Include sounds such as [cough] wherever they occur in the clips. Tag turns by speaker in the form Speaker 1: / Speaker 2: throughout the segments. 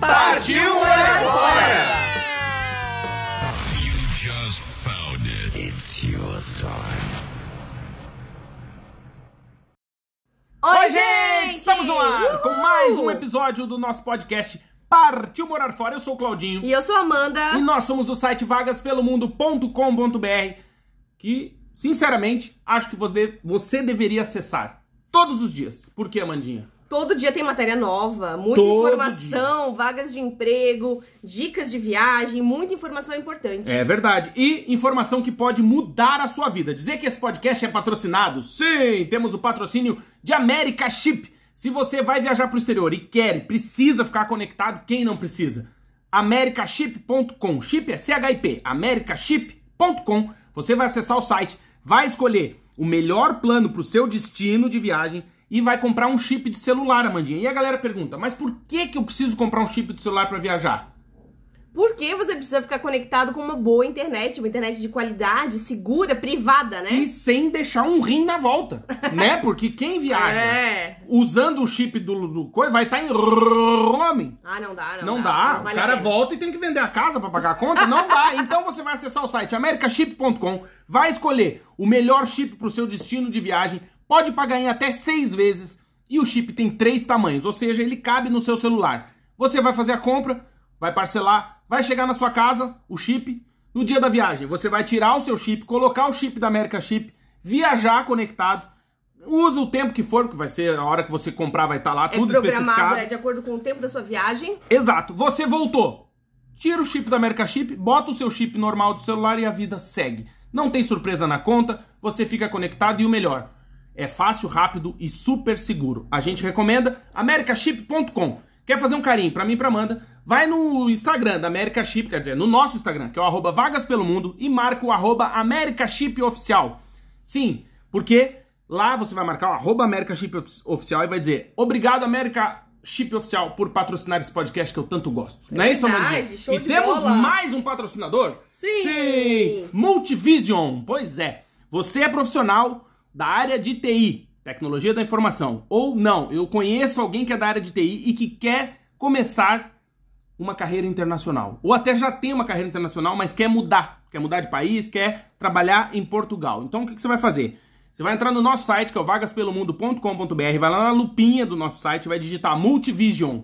Speaker 1: Partiu morar fora!
Speaker 2: You just found it. It's your time.
Speaker 1: Oi, gente! Estamos no ar com mais um episódio do nosso podcast Partiu Morar Fora. Eu sou o Claudinho.
Speaker 3: E eu sou a Amanda.
Speaker 1: E nós somos do site vagaspelomundo.com.br, que, sinceramente, acho que você, você deveria acessar todos os dias. Por que, Amandinha?
Speaker 3: Todo dia tem matéria nova, muita
Speaker 1: Todo
Speaker 3: informação, vagas de emprego, dicas de viagem, muita informação importante.
Speaker 1: É verdade. E informação que pode mudar a sua vida. Dizer que esse podcast é patrocinado? Sim, temos o patrocínio de America Chip. Se você vai viajar pro exterior e quer, precisa ficar conectado, quem não precisa? americaship.com. Chip é CHIP. americaship.com. Você vai acessar o site, vai escolher o melhor plano pro seu destino de viagem e vai comprar um chip de celular, Amandinha. E a galera pergunta: "Mas por que que eu preciso comprar um chip de celular para viajar?"
Speaker 3: Por que você precisa ficar conectado com uma boa internet, uma internet de qualidade, segura, privada, né?
Speaker 1: E sem deixar um rim
Speaker 3: [laughs]
Speaker 1: na volta, né? Porque quem viaja
Speaker 3: É.
Speaker 1: usando o chip do, do coisa vai estar em Rome.
Speaker 3: Ah, não dá, não,
Speaker 1: Não, dá,
Speaker 3: não vale
Speaker 1: o
Speaker 3: a
Speaker 1: cara
Speaker 3: pena.
Speaker 1: volta e tem que vender a casa pra pagar a conta, não dá.
Speaker 3: [laughs]
Speaker 1: Então você vai acessar o site americaship.com, vai escolher o melhor chip pro seu destino de viagem, pode pagar em até seis vezes e o chip tem três tamanhos, ou seja, ele cabe no seu celular. Você vai fazer a compra, vai parcelar, vai chegar na sua casa, o chip, no dia da viagem. Você vai tirar o seu chip, colocar o chip da America Chip, viajar conectado, usa o tempo que for, porque vai ser a hora que você comprar, vai estar lá,
Speaker 3: É
Speaker 1: tudo especificado.
Speaker 3: programado, é de acordo com o tempo da sua viagem.
Speaker 1: Exato, você voltou. Tira o chip da America Chip, bota o seu chip normal do celular e a vida segue. Não tem surpresa na conta, você fica conectado e o melhor, é fácil, rápido e super seguro. A gente recomenda americaship.com. Quer fazer um carinho pra mim e pra Amanda? Vai no Instagram da America Chip, quer dizer, no nosso Instagram, que é o arroba vagas pelo mundo, e marca o arroba America Chip Oficial. Sim, porque lá você vai marcar o arroba America Chip Oficial e vai dizer obrigado America Chip Oficial por patrocinar esse podcast que eu tanto gosto. Não é isso,
Speaker 3: verdade,
Speaker 1: Amandinha?
Speaker 3: show
Speaker 1: e
Speaker 3: de
Speaker 1: temos
Speaker 3: bola.
Speaker 1: mais um patrocinador?
Speaker 3: Sim.
Speaker 1: Multivision, pois é. Você é profissional da área de TI, tecnologia da informação, ou não. Eu conheço alguém que é da área de TI e que quer começar uma carreira internacional. Ou até já tem uma carreira internacional, mas quer mudar. Quer mudar de país, quer trabalhar em Portugal. Então o que, que você vai fazer? Você vai entrar no nosso site, que é o vagaspelomundo.com.br, vai lá na lupinha do nosso site, vai digitar Multivision.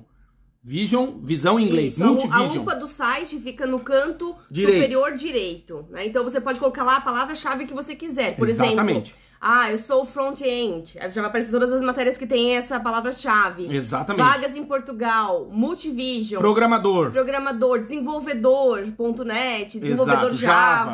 Speaker 1: Vision, visão em inglês.
Speaker 3: Isso, a lu- a
Speaker 1: Multivision.
Speaker 3: lupa do site fica no canto
Speaker 1: Direito.
Speaker 3: superior direito. né? Então você pode colocar lá a palavra-chave que você quiser. Por
Speaker 1: Exatamente.
Speaker 3: exemplo, ah, eu sou front-end. Aí Já vai aparecer todas as matérias que tem essa palavra-chave.
Speaker 1: Exatamente.
Speaker 3: Vagas em Portugal, Multivision,
Speaker 1: Programador.
Speaker 3: programador, desenvolvedor.net, desenvolvedor
Speaker 1: Exato,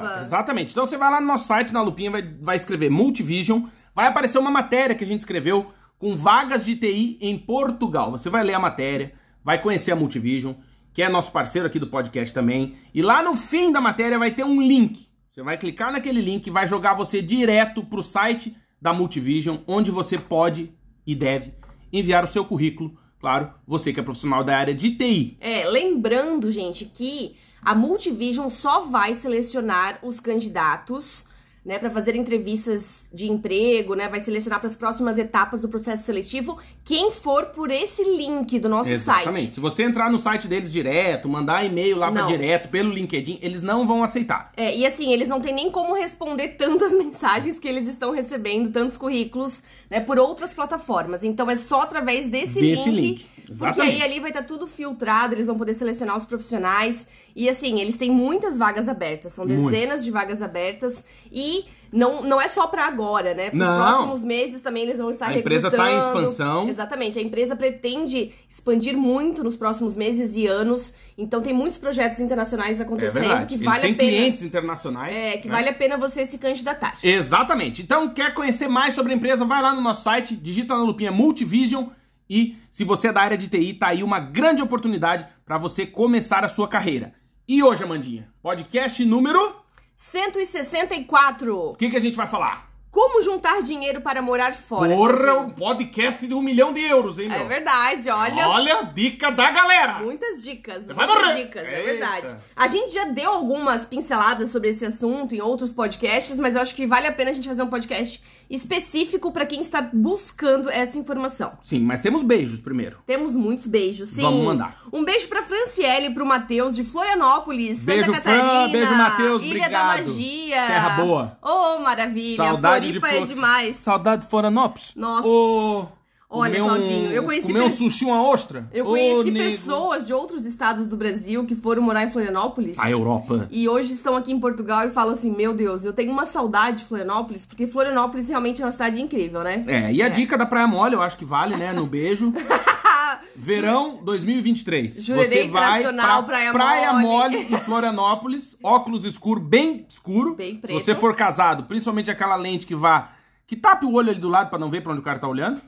Speaker 3: Java.
Speaker 1: Exatamente. Então você vai lá no nosso site, na lupinha, vai, vai escrever Multivision. Vai aparecer uma matéria que a gente escreveu com vagas de TI em Portugal. Você vai ler a matéria, vai conhecer a Multivision, que é nosso parceiro aqui do podcast também. E lá no fim da matéria vai ter um link. Você vai clicar naquele link, vai jogar você direto pro site da Multivision, onde você pode e deve enviar o seu currículo. Claro, você que é profissional da área de TI.
Speaker 3: É, lembrando, gente, que a Multivision só vai selecionar os candidatos, né, para fazer entrevistas de emprego, né, vai selecionar para as próximas etapas do processo seletivo quem for por esse link do nosso
Speaker 1: Exatamente.
Speaker 3: site.
Speaker 1: Se você entrar no site deles direto, mandar e-mail lá pra
Speaker 3: Não.
Speaker 1: direto pelo LinkedIn, eles não vão aceitar.
Speaker 3: É, e assim, eles não têm nem como responder tantas [laughs] mensagens que eles estão recebendo, tantos currículos, né, por outras plataformas. Então é só através desse,
Speaker 1: Desse link.
Speaker 3: link. Porque aí
Speaker 1: Exatamente.
Speaker 3: ali vai estar tudo filtrado, eles vão poder selecionar os profissionais. E assim, eles têm muitas vagas abertas, são
Speaker 1: Muitas.
Speaker 3: dezenas de vagas abertas. E não, não é só pra agora, né? Para os
Speaker 1: Não.
Speaker 3: próximos meses também eles vão estar
Speaker 1: A empresa tá em
Speaker 3: recrutando.
Speaker 1: expansão.
Speaker 3: Exatamente, a empresa pretende expandir muito nos próximos meses e anos. Então tem muitos projetos internacionais acontecendo que
Speaker 1: É Eles
Speaker 3: vale
Speaker 1: têm
Speaker 3: a pena.
Speaker 1: clientes internacionais.
Speaker 3: É, que
Speaker 1: né?
Speaker 3: vale a pena você se candidatar.
Speaker 1: Exatamente. Então, quer conhecer mais sobre a empresa? Vai lá no nosso site, digita na lupinha Multivision E se você é da área de TI, tá aí uma grande oportunidade para você começar a sua carreira. E hoje, Amandinha, podcast número. O
Speaker 3: 164.
Speaker 1: que, que a gente vai falar?
Speaker 3: Como juntar dinheiro para morar fora?
Speaker 1: Porra,
Speaker 3: Tadinho.
Speaker 1: um podcast de um milhão de euros, hein, meu?
Speaker 3: É verdade, olha.
Speaker 1: Olha a dica da galera!
Speaker 3: Muitas dicas,
Speaker 1: Você vai
Speaker 3: muitas
Speaker 1: morrer.
Speaker 3: dicas, é
Speaker 1: Eita.
Speaker 3: verdade. A gente já deu algumas pinceladas sobre esse assunto em outros podcasts, mas eu acho que vale a pena a gente fazer um podcast específico pra quem está buscando essa informação.
Speaker 1: Sim, mas temos beijos primeiro.
Speaker 3: Temos muitos beijos, sim.
Speaker 1: Vamos mandar.
Speaker 3: Um beijo pra Franciele e pro Matheus de Florianópolis,
Speaker 1: Beijo,
Speaker 3: Santa
Speaker 1: Fran,
Speaker 3: Catarina.
Speaker 1: beijo, Matheus,
Speaker 3: Ilha
Speaker 1: obrigado.
Speaker 3: da Magia.
Speaker 1: Terra boa.
Speaker 3: Oh, maravilha.
Speaker 1: Saudade de
Speaker 3: Floripa é
Speaker 1: Flor-
Speaker 3: demais.
Speaker 1: Saudade de Florianópolis?
Speaker 3: Nossa.
Speaker 1: Ô,
Speaker 3: Olha,
Speaker 1: comer um-
Speaker 3: Claudinho, eu conheci
Speaker 1: Comer um
Speaker 3: pe-
Speaker 1: sushi, uma ostra?
Speaker 3: Eu
Speaker 1: Ô,
Speaker 3: conheci
Speaker 1: nego.
Speaker 3: pessoas de outros estados do Brasil que foram morar em Florianópolis.
Speaker 1: A Europa.
Speaker 3: E hoje estão aqui em Portugal e falam assim: Meu Deus, eu tenho uma saudade de Florianópolis, porque Florianópolis realmente é uma cidade incrível, né?
Speaker 1: É, e a dica da Praia Mole, eu acho que vale, né?
Speaker 3: [laughs]
Speaker 1: No beijo. É. Verão 2023.
Speaker 3: Jurerê
Speaker 1: Você vai
Speaker 3: Internacional,
Speaker 1: pra
Speaker 3: Praia
Speaker 1: Praia
Speaker 3: Mole.
Speaker 1: Mole, em Florianópolis,
Speaker 3: [laughs]
Speaker 1: óculos escuro, bem escuro.
Speaker 3: Bem
Speaker 1: Se você
Speaker 3: preto.
Speaker 1: for casado, principalmente aquela lente que vá que tape o olho ali do lado pra não ver pra onde o cara
Speaker 3: [laughs]
Speaker 1: tá olhando.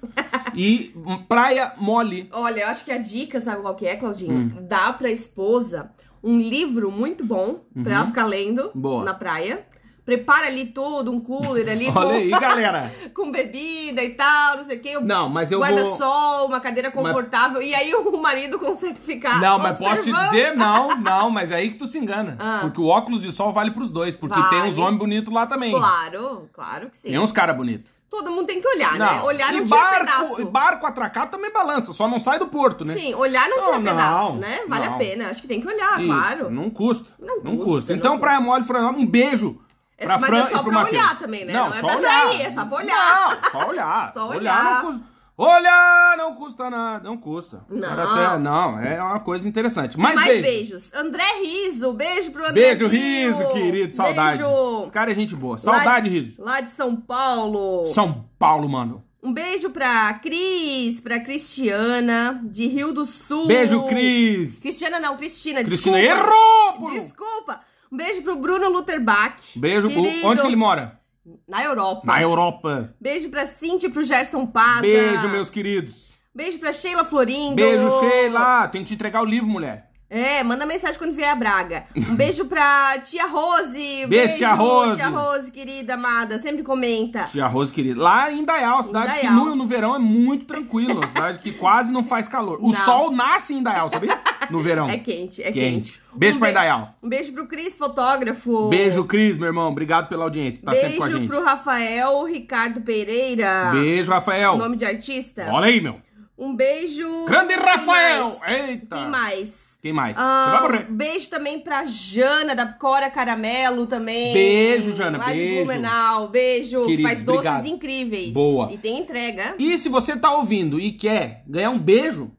Speaker 1: e um, Praia Mole.
Speaker 3: Olha, eu acho que a dica, sabe qual que é, Claudinho?
Speaker 1: Hum.
Speaker 3: Dá pra esposa um livro muito bom pra ela ficar lendo
Speaker 1: Uhum. Boa.
Speaker 3: na praia. Prepara ali todo, um cooler ali
Speaker 1: [laughs] Olha aí,
Speaker 3: com,
Speaker 1: galera.
Speaker 3: [laughs] com bebida e tal, não sei o quê. um
Speaker 1: Não, mas eu vou
Speaker 3: Guarda-sol, uma cadeira confortável. E aí o marido consegue ficar.
Speaker 1: Não, mas posso te
Speaker 3: Ah, observando. [laughs]
Speaker 1: dizer, não, não, mas é aí que tu se engana.
Speaker 3: Ah.
Speaker 1: Porque o óculos de sol vale pros dois, porque
Speaker 3: Vale.
Speaker 1: tem uns homens bonitos lá também.
Speaker 3: Claro, claro que sim.
Speaker 1: Tem uns caras bonitos.
Speaker 3: Todo mundo tem que olhar, né?
Speaker 1: Não.
Speaker 3: Olhar
Speaker 1: e
Speaker 3: não tira
Speaker 1: barco,
Speaker 3: pedaço.
Speaker 1: e barco atracado também balança, só não sai do porto, né?
Speaker 3: Sim, olhar não tira
Speaker 1: Não,
Speaker 3: pedaço,
Speaker 1: não,
Speaker 3: né? Vale
Speaker 1: não.
Speaker 3: a pena. Acho que tem que olhar,
Speaker 1: Isso,
Speaker 3: claro.
Speaker 1: Não custa.
Speaker 3: Não
Speaker 1: Não,
Speaker 3: custa,
Speaker 1: custa.
Speaker 3: não
Speaker 1: Então,
Speaker 3: custa.
Speaker 1: Praia Mole, Florianópolis, um beijo
Speaker 3: É,
Speaker 1: pra
Speaker 3: mas
Speaker 1: Fran
Speaker 3: é só
Speaker 1: e pro
Speaker 3: pra
Speaker 1: Matheus.
Speaker 3: olhar também, né?
Speaker 1: Não,
Speaker 3: Não é
Speaker 1: só
Speaker 3: pra
Speaker 1: olhar.
Speaker 3: trair, é só pra olhar.
Speaker 1: Não, só
Speaker 3: [laughs]
Speaker 1: olhar.
Speaker 3: Só
Speaker 1: não
Speaker 3: olhar.
Speaker 1: custa. Olhar não custa nada. Não custa.
Speaker 3: Não.
Speaker 1: Era até- não, é uma coisa interessante. Mais,
Speaker 3: Mais
Speaker 1: beijos.
Speaker 3: beijos. André Riso, beijo pro André.
Speaker 1: Beijo, riso, querido. Saudade. Esse
Speaker 3: Beijo.
Speaker 1: cara é gente boa.
Speaker 3: Lá
Speaker 1: Saudade,
Speaker 3: de-
Speaker 1: riso.
Speaker 3: Lá de São Paulo.
Speaker 1: São Paulo, mano.
Speaker 3: Um beijo pra Cris, pra Cristiana, de Rio do Sul.
Speaker 1: Beijo, Cris.
Speaker 3: Cristiana não, Cristina,
Speaker 1: Cristina
Speaker 3: Uh, desculpa.
Speaker 1: errou, pô.
Speaker 3: Desculpa. Um beijo pro Bruno Lutherbach.
Speaker 1: Beijo. o-
Speaker 3: Querido.
Speaker 1: Onde que ele mora?
Speaker 3: Na Europa.
Speaker 1: Na Europa.
Speaker 3: Beijo pra Cintia e pro Gerson Paz.
Speaker 1: Beijo, meus queridos.
Speaker 3: Beijo pra Sheila Florindo.
Speaker 1: Beijo, Sheila. Tem que te entregar o livro, mulher.
Speaker 3: É, manda mensagem quando vier a Braga. Um beijo pra tia Rose. Um
Speaker 1: Beijo, tia Rose.
Speaker 3: Tia Rose, querida amada. Sempre comenta.
Speaker 1: Tia Rose, querida. Lá em Dayal, a cidade que
Speaker 3: Indaial.
Speaker 1: no, no verão é muito tranquilo. Uma cidade que quase não faz calor.
Speaker 3: Não.
Speaker 1: O sol nasce em Dayal, sabia? No verão.
Speaker 3: [laughs] É quente, é quente.
Speaker 1: Beijo pra
Speaker 3: be-
Speaker 1: Indaial.
Speaker 3: Um beijo pro Cris, fotógrafo.
Speaker 1: Beijo, Cris, meu irmão. Obrigado pela audiência. Tá sempre com a
Speaker 3: Beijo
Speaker 1: gente.
Speaker 3: pro Rafael Ricardo Pereira.
Speaker 1: Beijo, Rafael.
Speaker 3: Nome de artista.
Speaker 1: Olha aí, meu.
Speaker 3: Um beijo.
Speaker 1: Grande
Speaker 3: Quem
Speaker 1: Rafael!
Speaker 3: mais?
Speaker 1: Eita!
Speaker 3: Quem mais?
Speaker 1: Quem mais? Você vai
Speaker 3: Ah,
Speaker 1: morrer.
Speaker 3: um beijo também pra Jana, da Cora Caramelo também.
Speaker 1: Beijo, Jana,
Speaker 3: Lá
Speaker 1: beijo.
Speaker 3: de Blumenau, beijo.
Speaker 1: Querido,
Speaker 3: Faz doces
Speaker 1: obrigado.
Speaker 3: incríveis.
Speaker 1: Boa.
Speaker 3: E tem entrega.
Speaker 1: E se você tá ouvindo e quer ganhar um beijo,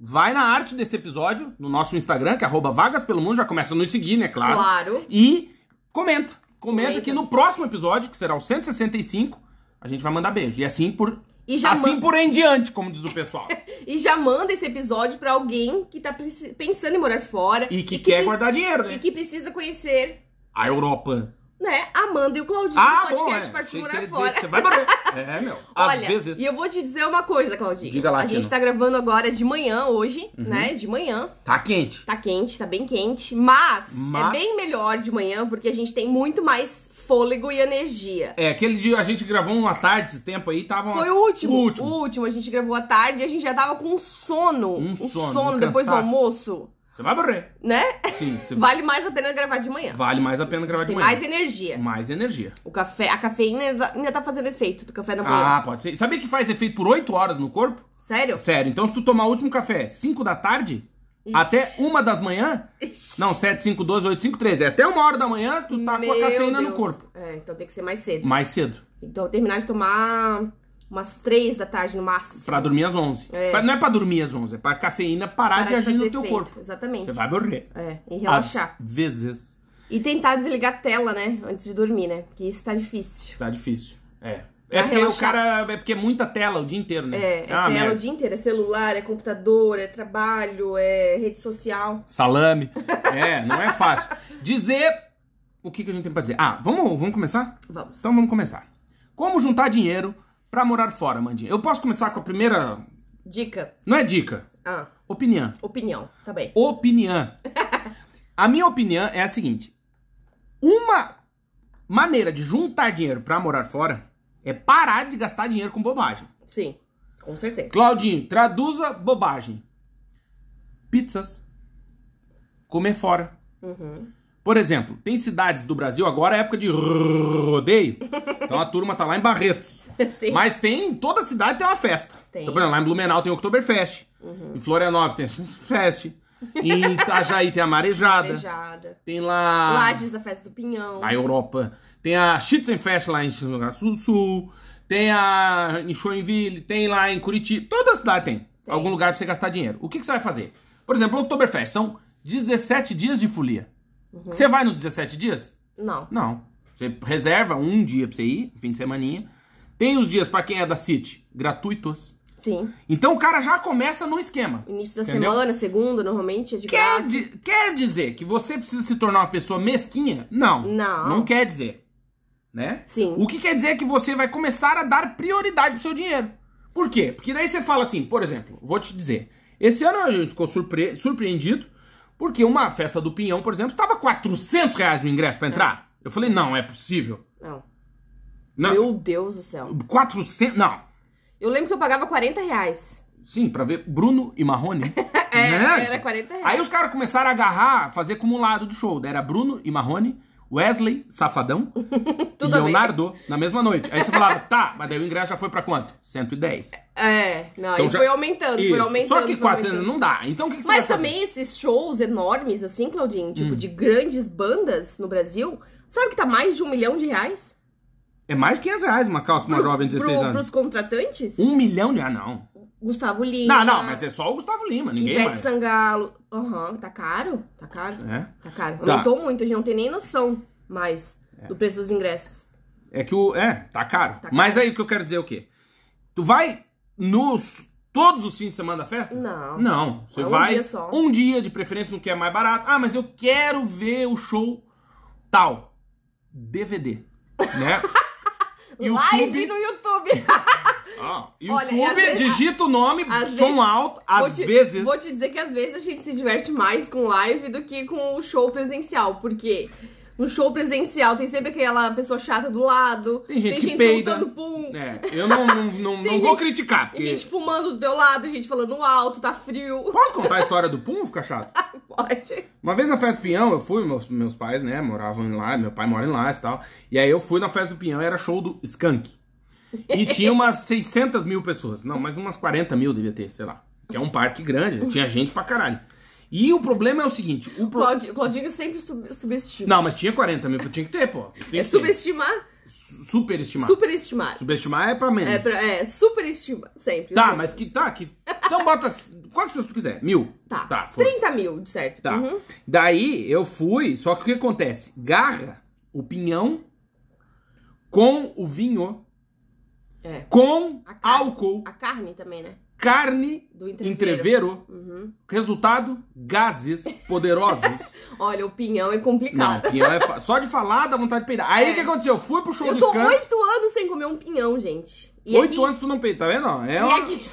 Speaker 1: vai na arte desse episódio, no nosso Instagram, que é arroba vagas pelo mundo, já começa a nos seguir, né, claro.
Speaker 3: Claro.
Speaker 1: E comenta. Comenta,
Speaker 3: Comenta.
Speaker 1: que no próximo episódio, que será o 165, a gente vai mandar beijo. E assim por,
Speaker 3: E já,
Speaker 1: assim
Speaker 3: man-
Speaker 1: por em diante, como diz o [laughs] pessoal.
Speaker 3: e já manda esse episódio pra alguém que tá preci- pensando em morar fora.
Speaker 1: E que quer
Speaker 3: preci-
Speaker 1: guardar dinheiro, né?
Speaker 3: E que precisa conhecer,
Speaker 1: A Europa. Ah, é.
Speaker 3: né, Amanda e o Claudinho do podcast Partiu
Speaker 1: Achei
Speaker 3: Morar
Speaker 1: que você ia dizer
Speaker 3: Fora.
Speaker 1: um que Você vai morrer. [laughs] É, meu. Às
Speaker 3: Olha,
Speaker 1: vezes.
Speaker 3: e eu vou te dizer uma coisa, Claudinho.
Speaker 1: Diga lá, Uhum.
Speaker 3: A gente
Speaker 1: Tina.
Speaker 3: tá gravando agora de manhã hoje, né? De manhã.
Speaker 1: Tá quente.
Speaker 3: Tá quente, tá bem quente. Mas,
Speaker 1: Mas-
Speaker 3: é bem melhor de manhã, porque a gente tem muito mais fôlego e energia.
Speaker 1: É, aquele dia a gente gravou uma tarde esse tempo aí, tava.
Speaker 3: Foi o último.
Speaker 1: O último.
Speaker 3: a gente gravou à tarde e a gente já tava com um sono.
Speaker 1: Um sono, um
Speaker 3: depois do
Speaker 1: cansaço.
Speaker 3: almoço,
Speaker 1: Você vai morrer.
Speaker 3: né?
Speaker 1: Sim, você
Speaker 3: Vale mais a pena gravar de manhã.
Speaker 1: Vale mais a pena gravar de
Speaker 3: Tem
Speaker 1: manhã.
Speaker 3: mais energia.
Speaker 1: Mais energia.
Speaker 3: O café, a cafeína ainda- ainda tá fazendo efeito do café da manhã.
Speaker 1: Ah, pode ser. Sabia que faz efeito por 8 horas no corpo?
Speaker 3: Sério?
Speaker 1: Sério, então se tu tomar o último café 5 da tarde,
Speaker 3: Ixi.
Speaker 1: até 1 das manhã,
Speaker 3: Ixi.
Speaker 1: não, 7, 5, 12, 8, 5, 13, é até 1 hora da manhã, tu tá com a
Speaker 3: Meu
Speaker 1: cafeína no
Speaker 3: Deus.
Speaker 1: corpo.
Speaker 3: É, então tem que ser mais cedo.
Speaker 1: Mais cedo,
Speaker 3: Então terminar de tomar umas três da tarde no máximo.
Speaker 1: pra dormir às 11.
Speaker 3: É.
Speaker 1: Pra- não é pra dormir às 11, é pra cafeína parar de agir
Speaker 3: fazer
Speaker 1: no teu
Speaker 3: efeito.
Speaker 1: corpo.
Speaker 3: Exatamente.
Speaker 1: Você vai morrer.
Speaker 3: É, e relaxar.
Speaker 1: Às vezes.
Speaker 3: E tentar desligar a tela, né? Antes de dormir, né? Porque isso tá difícil.
Speaker 1: Tá difícil. É.
Speaker 3: Pra
Speaker 1: É porque o
Speaker 3: relaxar.
Speaker 1: cara. É porque é muita tela o dia inteiro, né?
Speaker 3: É, é
Speaker 1: uma
Speaker 3: tela
Speaker 1: merda.
Speaker 3: o dia inteiro. É celular, é computador, é trabalho, é rede social. [laughs]
Speaker 1: Salame. É, não é fácil. Dizer o que, que a gente tem pra dizer. Ah, vamos, vamos começar?
Speaker 3: Vamos.
Speaker 1: Então vamos começar. Como juntar dinheiro pra morar fora, Mandinha? Eu posso começar com a primeira
Speaker 3: Dica.
Speaker 1: Não é dica,
Speaker 3: Ah,
Speaker 1: opinião.
Speaker 3: opinião. Tá bem. [laughs]
Speaker 1: Opinião. A minha opinião é a seguinte: uma maneira de juntar dinheiro pra morar fora é parar de gastar dinheiro com bobagem.
Speaker 3: Sim. Com certeza.
Speaker 1: Claudinho, traduza bobagem. Pizzas. Comer fora.
Speaker 3: Uhum.
Speaker 1: Por exemplo, tem cidades do Brasil, agora é época de rodeio. Então a turma tá lá em Barretos.
Speaker 3: [laughs] Sim.
Speaker 1: Mas tem, toda cidade tem uma festa.
Speaker 3: Tem.
Speaker 1: Então, por exemplo, lá em Blumenau tem o Oktoberfest. Em Florianópolis tem Fest. Em Itajaí tem a Marejada.
Speaker 3: Beijada.
Speaker 1: Tem lá
Speaker 3: Lages da festa do Pinhão.
Speaker 1: a Europa. Tem a Schützenfest lá em Sul do Sul. Tem a em Joinville, tem lá em Curitiba. Toda cidade tem,
Speaker 3: Tem.
Speaker 1: algum lugar pra você gastar dinheiro. O que, que você vai fazer? Por exemplo, o Oktoberfest são 17 dias de folia. Você vai nos 17 dias?
Speaker 3: Não.
Speaker 1: Não. Você reserva um dia pra você ir, fim de semaninha. Tem os dias pra quem é da City, gratuitos.
Speaker 3: Sim.
Speaker 1: Então o cara já começa no esquema.
Speaker 3: Início da
Speaker 1: Entendeu?
Speaker 3: semana, segunda, normalmente, é de
Speaker 1: Quer,
Speaker 3: graça.
Speaker 1: di- quer dizer que você precisa se tornar uma pessoa mesquinha? Não.
Speaker 3: Não.
Speaker 1: Não quer dizer. Né?
Speaker 3: Sim.
Speaker 1: O que quer dizer é que você vai começar a dar prioridade pro seu dinheiro. Por quê? Porque daí você fala assim, por exemplo, vou te dizer. Esse ano a gente ficou surpre- surpreendido porque uma festa do Pinhão, por exemplo, estava 400 reais o ingresso pra entrar. Eu falei, não, é possível.
Speaker 3: Não.
Speaker 1: Não.
Speaker 3: Meu Deus do céu.
Speaker 1: 400... Não.
Speaker 3: Eu lembro que eu pagava 40 reais.
Speaker 1: Sim, pra ver Bruno e Marrone.
Speaker 3: [laughs] É,
Speaker 1: Né?
Speaker 3: era 40 reais.
Speaker 1: Aí os caras começaram a agarrar, fazer cumulado de show. Daí Era Bruno e Marrone, Wesley, Safadão, e
Speaker 3: [laughs] Tudo bem.
Speaker 1: Leonardo na mesma noite. Aí você falava, tá, mas daí o ingresso já foi pra quanto? 110.
Speaker 3: É, não,
Speaker 1: Então
Speaker 3: aí
Speaker 1: já-
Speaker 3: foi aumentando,
Speaker 1: Isso.
Speaker 3: foi aumentando.
Speaker 1: Só que
Speaker 3: foi
Speaker 1: 400
Speaker 3: aumentando.
Speaker 1: não dá. Então o que, que você
Speaker 3: Mas
Speaker 1: vai fazer?
Speaker 3: também esses shows enormes, assim, Claudinho, tipo,
Speaker 1: Hum.
Speaker 3: de grandes bandas no Brasil, sabe que tá mais de um milhão de reais?
Speaker 1: É mais de 500 reais uma calça pra uma
Speaker 3: Pro-
Speaker 1: jovem de 16
Speaker 3: pro-
Speaker 1: anos.
Speaker 3: Pros contratantes?
Speaker 1: Um milhão de... Ah, não.
Speaker 3: Gustavo Lima.
Speaker 1: Não, não, mas é só o Gustavo Lima, ninguém
Speaker 3: Ivete
Speaker 1: mais.
Speaker 3: Sangalo. Aham, tá caro? Tá caro?
Speaker 1: É.
Speaker 3: Tá caro.
Speaker 1: Tá.
Speaker 3: Aumentou muito, a gente não tem nem noção mais do preço dos ingressos.
Speaker 1: É que o. É, tá caro.
Speaker 3: caro.
Speaker 1: Mas aí o que eu quero dizer é o quê? Tu vai nos. Todos os fins de semana da festa?
Speaker 3: Não.
Speaker 1: Não. Você
Speaker 3: É um
Speaker 1: vai.
Speaker 3: dia só.
Speaker 1: Um dia, de preferência, no que é mais barato. Ah, mas eu quero ver o show tal. DVD.
Speaker 3: [laughs]
Speaker 1: Né?
Speaker 3: Live
Speaker 1: YouTube.
Speaker 3: no YouTube!
Speaker 1: Ah,
Speaker 3: Olha,
Speaker 1: YouTube,
Speaker 3: às vezes-
Speaker 1: digita o nome,
Speaker 3: às
Speaker 1: som
Speaker 3: vezes-
Speaker 1: alto,
Speaker 3: Vou
Speaker 1: às
Speaker 3: te-
Speaker 1: vezes.
Speaker 3: Vou te dizer que às vezes a gente se diverte mais com live do que com o show presencial, porque no show presencial tem sempre aquela pessoa chata do lado,
Speaker 1: Tem gente que
Speaker 3: gente
Speaker 1: peida.
Speaker 3: soltando pum,
Speaker 1: É, eu não, não,
Speaker 3: [laughs]
Speaker 1: não,
Speaker 3: Tem
Speaker 1: não vou
Speaker 3: gente-
Speaker 1: criticar,
Speaker 3: tem
Speaker 1: porque.
Speaker 3: gente fumando do teu lado, gente falando alto, tá frio. [laughs]
Speaker 1: Posso contar a história do Pum? Fica chato.
Speaker 3: Pode.
Speaker 1: Uma vez na festa do Pinhão, eu fui, meus, meus pais, né, moravam lá, meu pai mora em lá e tal. E aí eu fui na festa do Pinhão, era show do Skunk. E tinha
Speaker 3: [laughs]
Speaker 1: umas 600 mil pessoas. Não, mas umas 40 mil devia ter, sei lá. Que é um parque grande, tinha gente pra caralho. E o problema é o seguinte: o pro-
Speaker 3: Claudi- Claudinho sempre sub- subestima.
Speaker 1: Não, mas tinha 40 mil, tinha que ter, pô. Tem
Speaker 3: É
Speaker 1: que ter.
Speaker 3: subestimar,
Speaker 1: Superestimar.
Speaker 3: superestimar.
Speaker 1: Superestimar é pra menos.
Speaker 3: É, pra- é, superestima, sempre. né?
Speaker 1: Tá,
Speaker 3: sempre.
Speaker 1: mas que tá, que. Então bota quantas pessoas tu quiser. Mil.
Speaker 3: Tá,
Speaker 1: tá foda-se.
Speaker 3: 30 mil, de certo.
Speaker 1: Tá.
Speaker 3: Uhum.
Speaker 1: Daí eu fui, só que o que acontece? Garra o pinhão com o vinho,
Speaker 3: É.
Speaker 1: com
Speaker 3: A carne.
Speaker 1: álcool,
Speaker 3: A carne também, né?
Speaker 1: carne,
Speaker 3: Do entreveiro.
Speaker 1: entreveiro.
Speaker 3: Uhum.
Speaker 1: Resultado: gases
Speaker 3: [laughs]
Speaker 1: poderosos.
Speaker 3: Olha, o pinhão é
Speaker 1: Não,
Speaker 3: complicado.
Speaker 1: pinhão é fa- só de falar dá vontade de peidar. Aí o
Speaker 3: É.
Speaker 1: que aconteceu? Eu fui pro show
Speaker 3: Eu
Speaker 1: do
Speaker 3: tô
Speaker 1: Skank.
Speaker 3: oito anos sem comer um pinhão, gente. E é
Speaker 1: Oito
Speaker 3: aqui-
Speaker 1: anos tu não peida, tá vendo? É
Speaker 3: E [laughs]
Speaker 1: uma-
Speaker 3: aqui...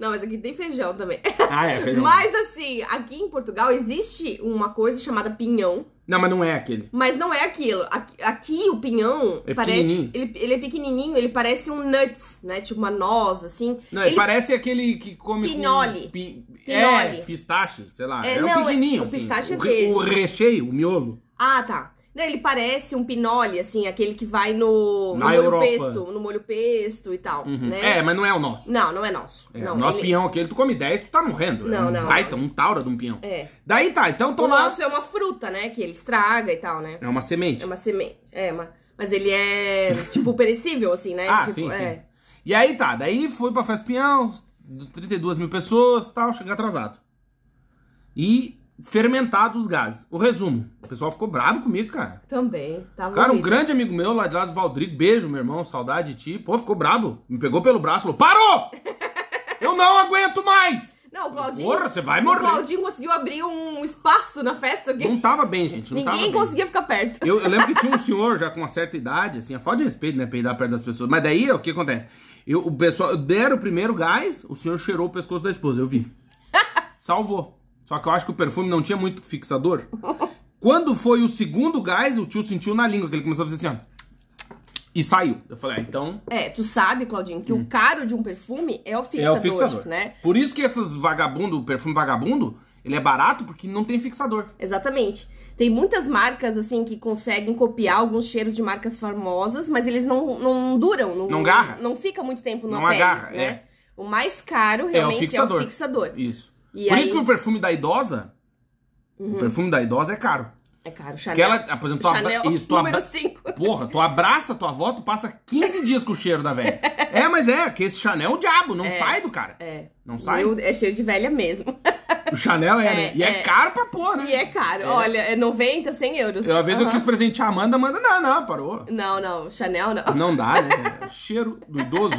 Speaker 3: Não, mas aqui [laughs] tem feijão também.
Speaker 1: Ah, é, feijão.
Speaker 3: Mas assim, aqui em Portugal existe uma coisa chamada pinhão,
Speaker 1: Não, mas não é aquele.
Speaker 3: mas não é aquilo. Aqui, aqui o pinhão
Speaker 1: É
Speaker 3: parece.
Speaker 1: pequenininho.
Speaker 3: Ele, ele é pequenininho, ele parece um nuts, né? Tipo uma noz, assim.
Speaker 1: Não,
Speaker 3: ele
Speaker 1: parece aquele que come. com
Speaker 3: Pinole.
Speaker 1: pi- É,
Speaker 3: Pinole.
Speaker 1: pistache, sei lá.
Speaker 3: É,
Speaker 1: É, um
Speaker 3: não, é-
Speaker 1: pequenininho.
Speaker 3: o
Speaker 1: assim.
Speaker 3: pistache é
Speaker 1: o, re-
Speaker 3: verde.
Speaker 1: o recheio, o miolo.
Speaker 3: Ah, tá. Não, ele parece um pinole, assim, aquele que vai no, no
Speaker 1: Na
Speaker 3: molho
Speaker 1: Europa.
Speaker 3: pesto, no molho pesto e tal,
Speaker 1: Uhum.
Speaker 3: né?
Speaker 1: É, mas não é o nosso.
Speaker 3: Não, não é nosso.
Speaker 1: É,
Speaker 3: não,
Speaker 1: o nosso
Speaker 3: ele-
Speaker 1: pinhão aquele, tu come 10, tu tá morrendo. é
Speaker 3: Não,
Speaker 1: um
Speaker 3: não,
Speaker 1: Baita, um taura de um pinhão.
Speaker 3: É.
Speaker 1: Daí tá, então tô
Speaker 3: O
Speaker 1: lá.
Speaker 3: nosso é uma fruta, né? Que ele estraga e tal, né?
Speaker 1: É uma semente.
Speaker 3: É uma semente. É, uma... mas ele é, tipo, perecível, assim, né?
Speaker 1: Ah,
Speaker 3: tipo,
Speaker 1: sim,
Speaker 3: é.
Speaker 1: sim. E aí tá, daí fui pra festa do pinhão, 32 mil pessoas tal, cheguei atrasado. E fermentado os gases. O resumo, o pessoal ficou brabo comigo, cara.
Speaker 3: Também. tá Tava
Speaker 1: Cara, um
Speaker 3: horrível.
Speaker 1: grande amigo meu lá de lá do Valdrigo, beijo, meu irmão, saudade de ti. Pô, ficou brabo. Me pegou pelo braço, falou: parou! Eu não aguento mais!
Speaker 3: Não, o Claudinho.
Speaker 1: Porra, você vai
Speaker 3: o
Speaker 1: morrer.
Speaker 3: Claudinho conseguiu abrir um espaço na festa. que
Speaker 1: Não tava bem, gente. Não tava
Speaker 3: Ninguém
Speaker 1: bem.
Speaker 3: conseguia ficar perto.
Speaker 1: é Eu, eu lembro que tinha um senhor já com uma certa idade, assim, a falta de respeito, né? Peidar perto das pessoas. Mas daí, o que acontece? Eu, o pessoal deram o primeiro gás, o senhor cheirou o pescoço da esposa, eu vi. Salvou. Só que eu acho que o perfume não tinha muito fixador. Quando foi o segundo gás, o tio sentiu na língua, que ele começou a fazer assim, ó. E saiu. Eu falei, ah, então
Speaker 3: É, tu sabe, Claudinho, que o caro de um perfume é o
Speaker 1: Hum. é
Speaker 3: fixador,
Speaker 1: o fixador.
Speaker 3: né?
Speaker 1: Por isso que esses vagabundo, o perfume vagabundo, ele é barato porque não tem fixador.
Speaker 3: Exatamente. Tem muitas marcas, assim, que conseguem copiar alguns cheiros de marcas famosas, mas eles não, não duram. Não,
Speaker 1: Não garra.
Speaker 3: Não fica muito tempo na
Speaker 1: Não
Speaker 3: pele,
Speaker 1: agarra,
Speaker 3: né?
Speaker 1: é.
Speaker 3: O mais caro, realmente, é o fixador.
Speaker 1: Isso.
Speaker 3: E
Speaker 1: Por
Speaker 3: aí-
Speaker 1: isso que o perfume da idosa, o perfume da idosa é caro.
Speaker 3: É caro,
Speaker 1: Porque
Speaker 3: Chanel.
Speaker 1: ela, ah, por exemplo, tu, abra...
Speaker 3: Chanel,
Speaker 1: isso, tu,
Speaker 3: número
Speaker 1: abra...
Speaker 3: 5.
Speaker 1: Porra, tu abraça tua avó, tu passa
Speaker 3: [laughs]
Speaker 1: 15 dias com o cheiro da velha. É, mas é, que esse Chanel é o diabo, não sai do cara.
Speaker 3: É.
Speaker 1: Não sai.
Speaker 3: Meu, é cheiro de velha mesmo. [laughs]
Speaker 1: O Chanel é,
Speaker 3: É,
Speaker 1: né? E é,
Speaker 3: é.
Speaker 1: caro pra pôr, né?
Speaker 3: e é caro.
Speaker 1: É.
Speaker 3: Olha, é 90, 100 euros.
Speaker 1: Eu, Uma vez eu
Speaker 3: Aham.
Speaker 1: quis presentear a Amanda, Amanda, não, não, parou.
Speaker 3: Não, não. Chanel, não.
Speaker 1: Não dá, né? cheiro do idoso.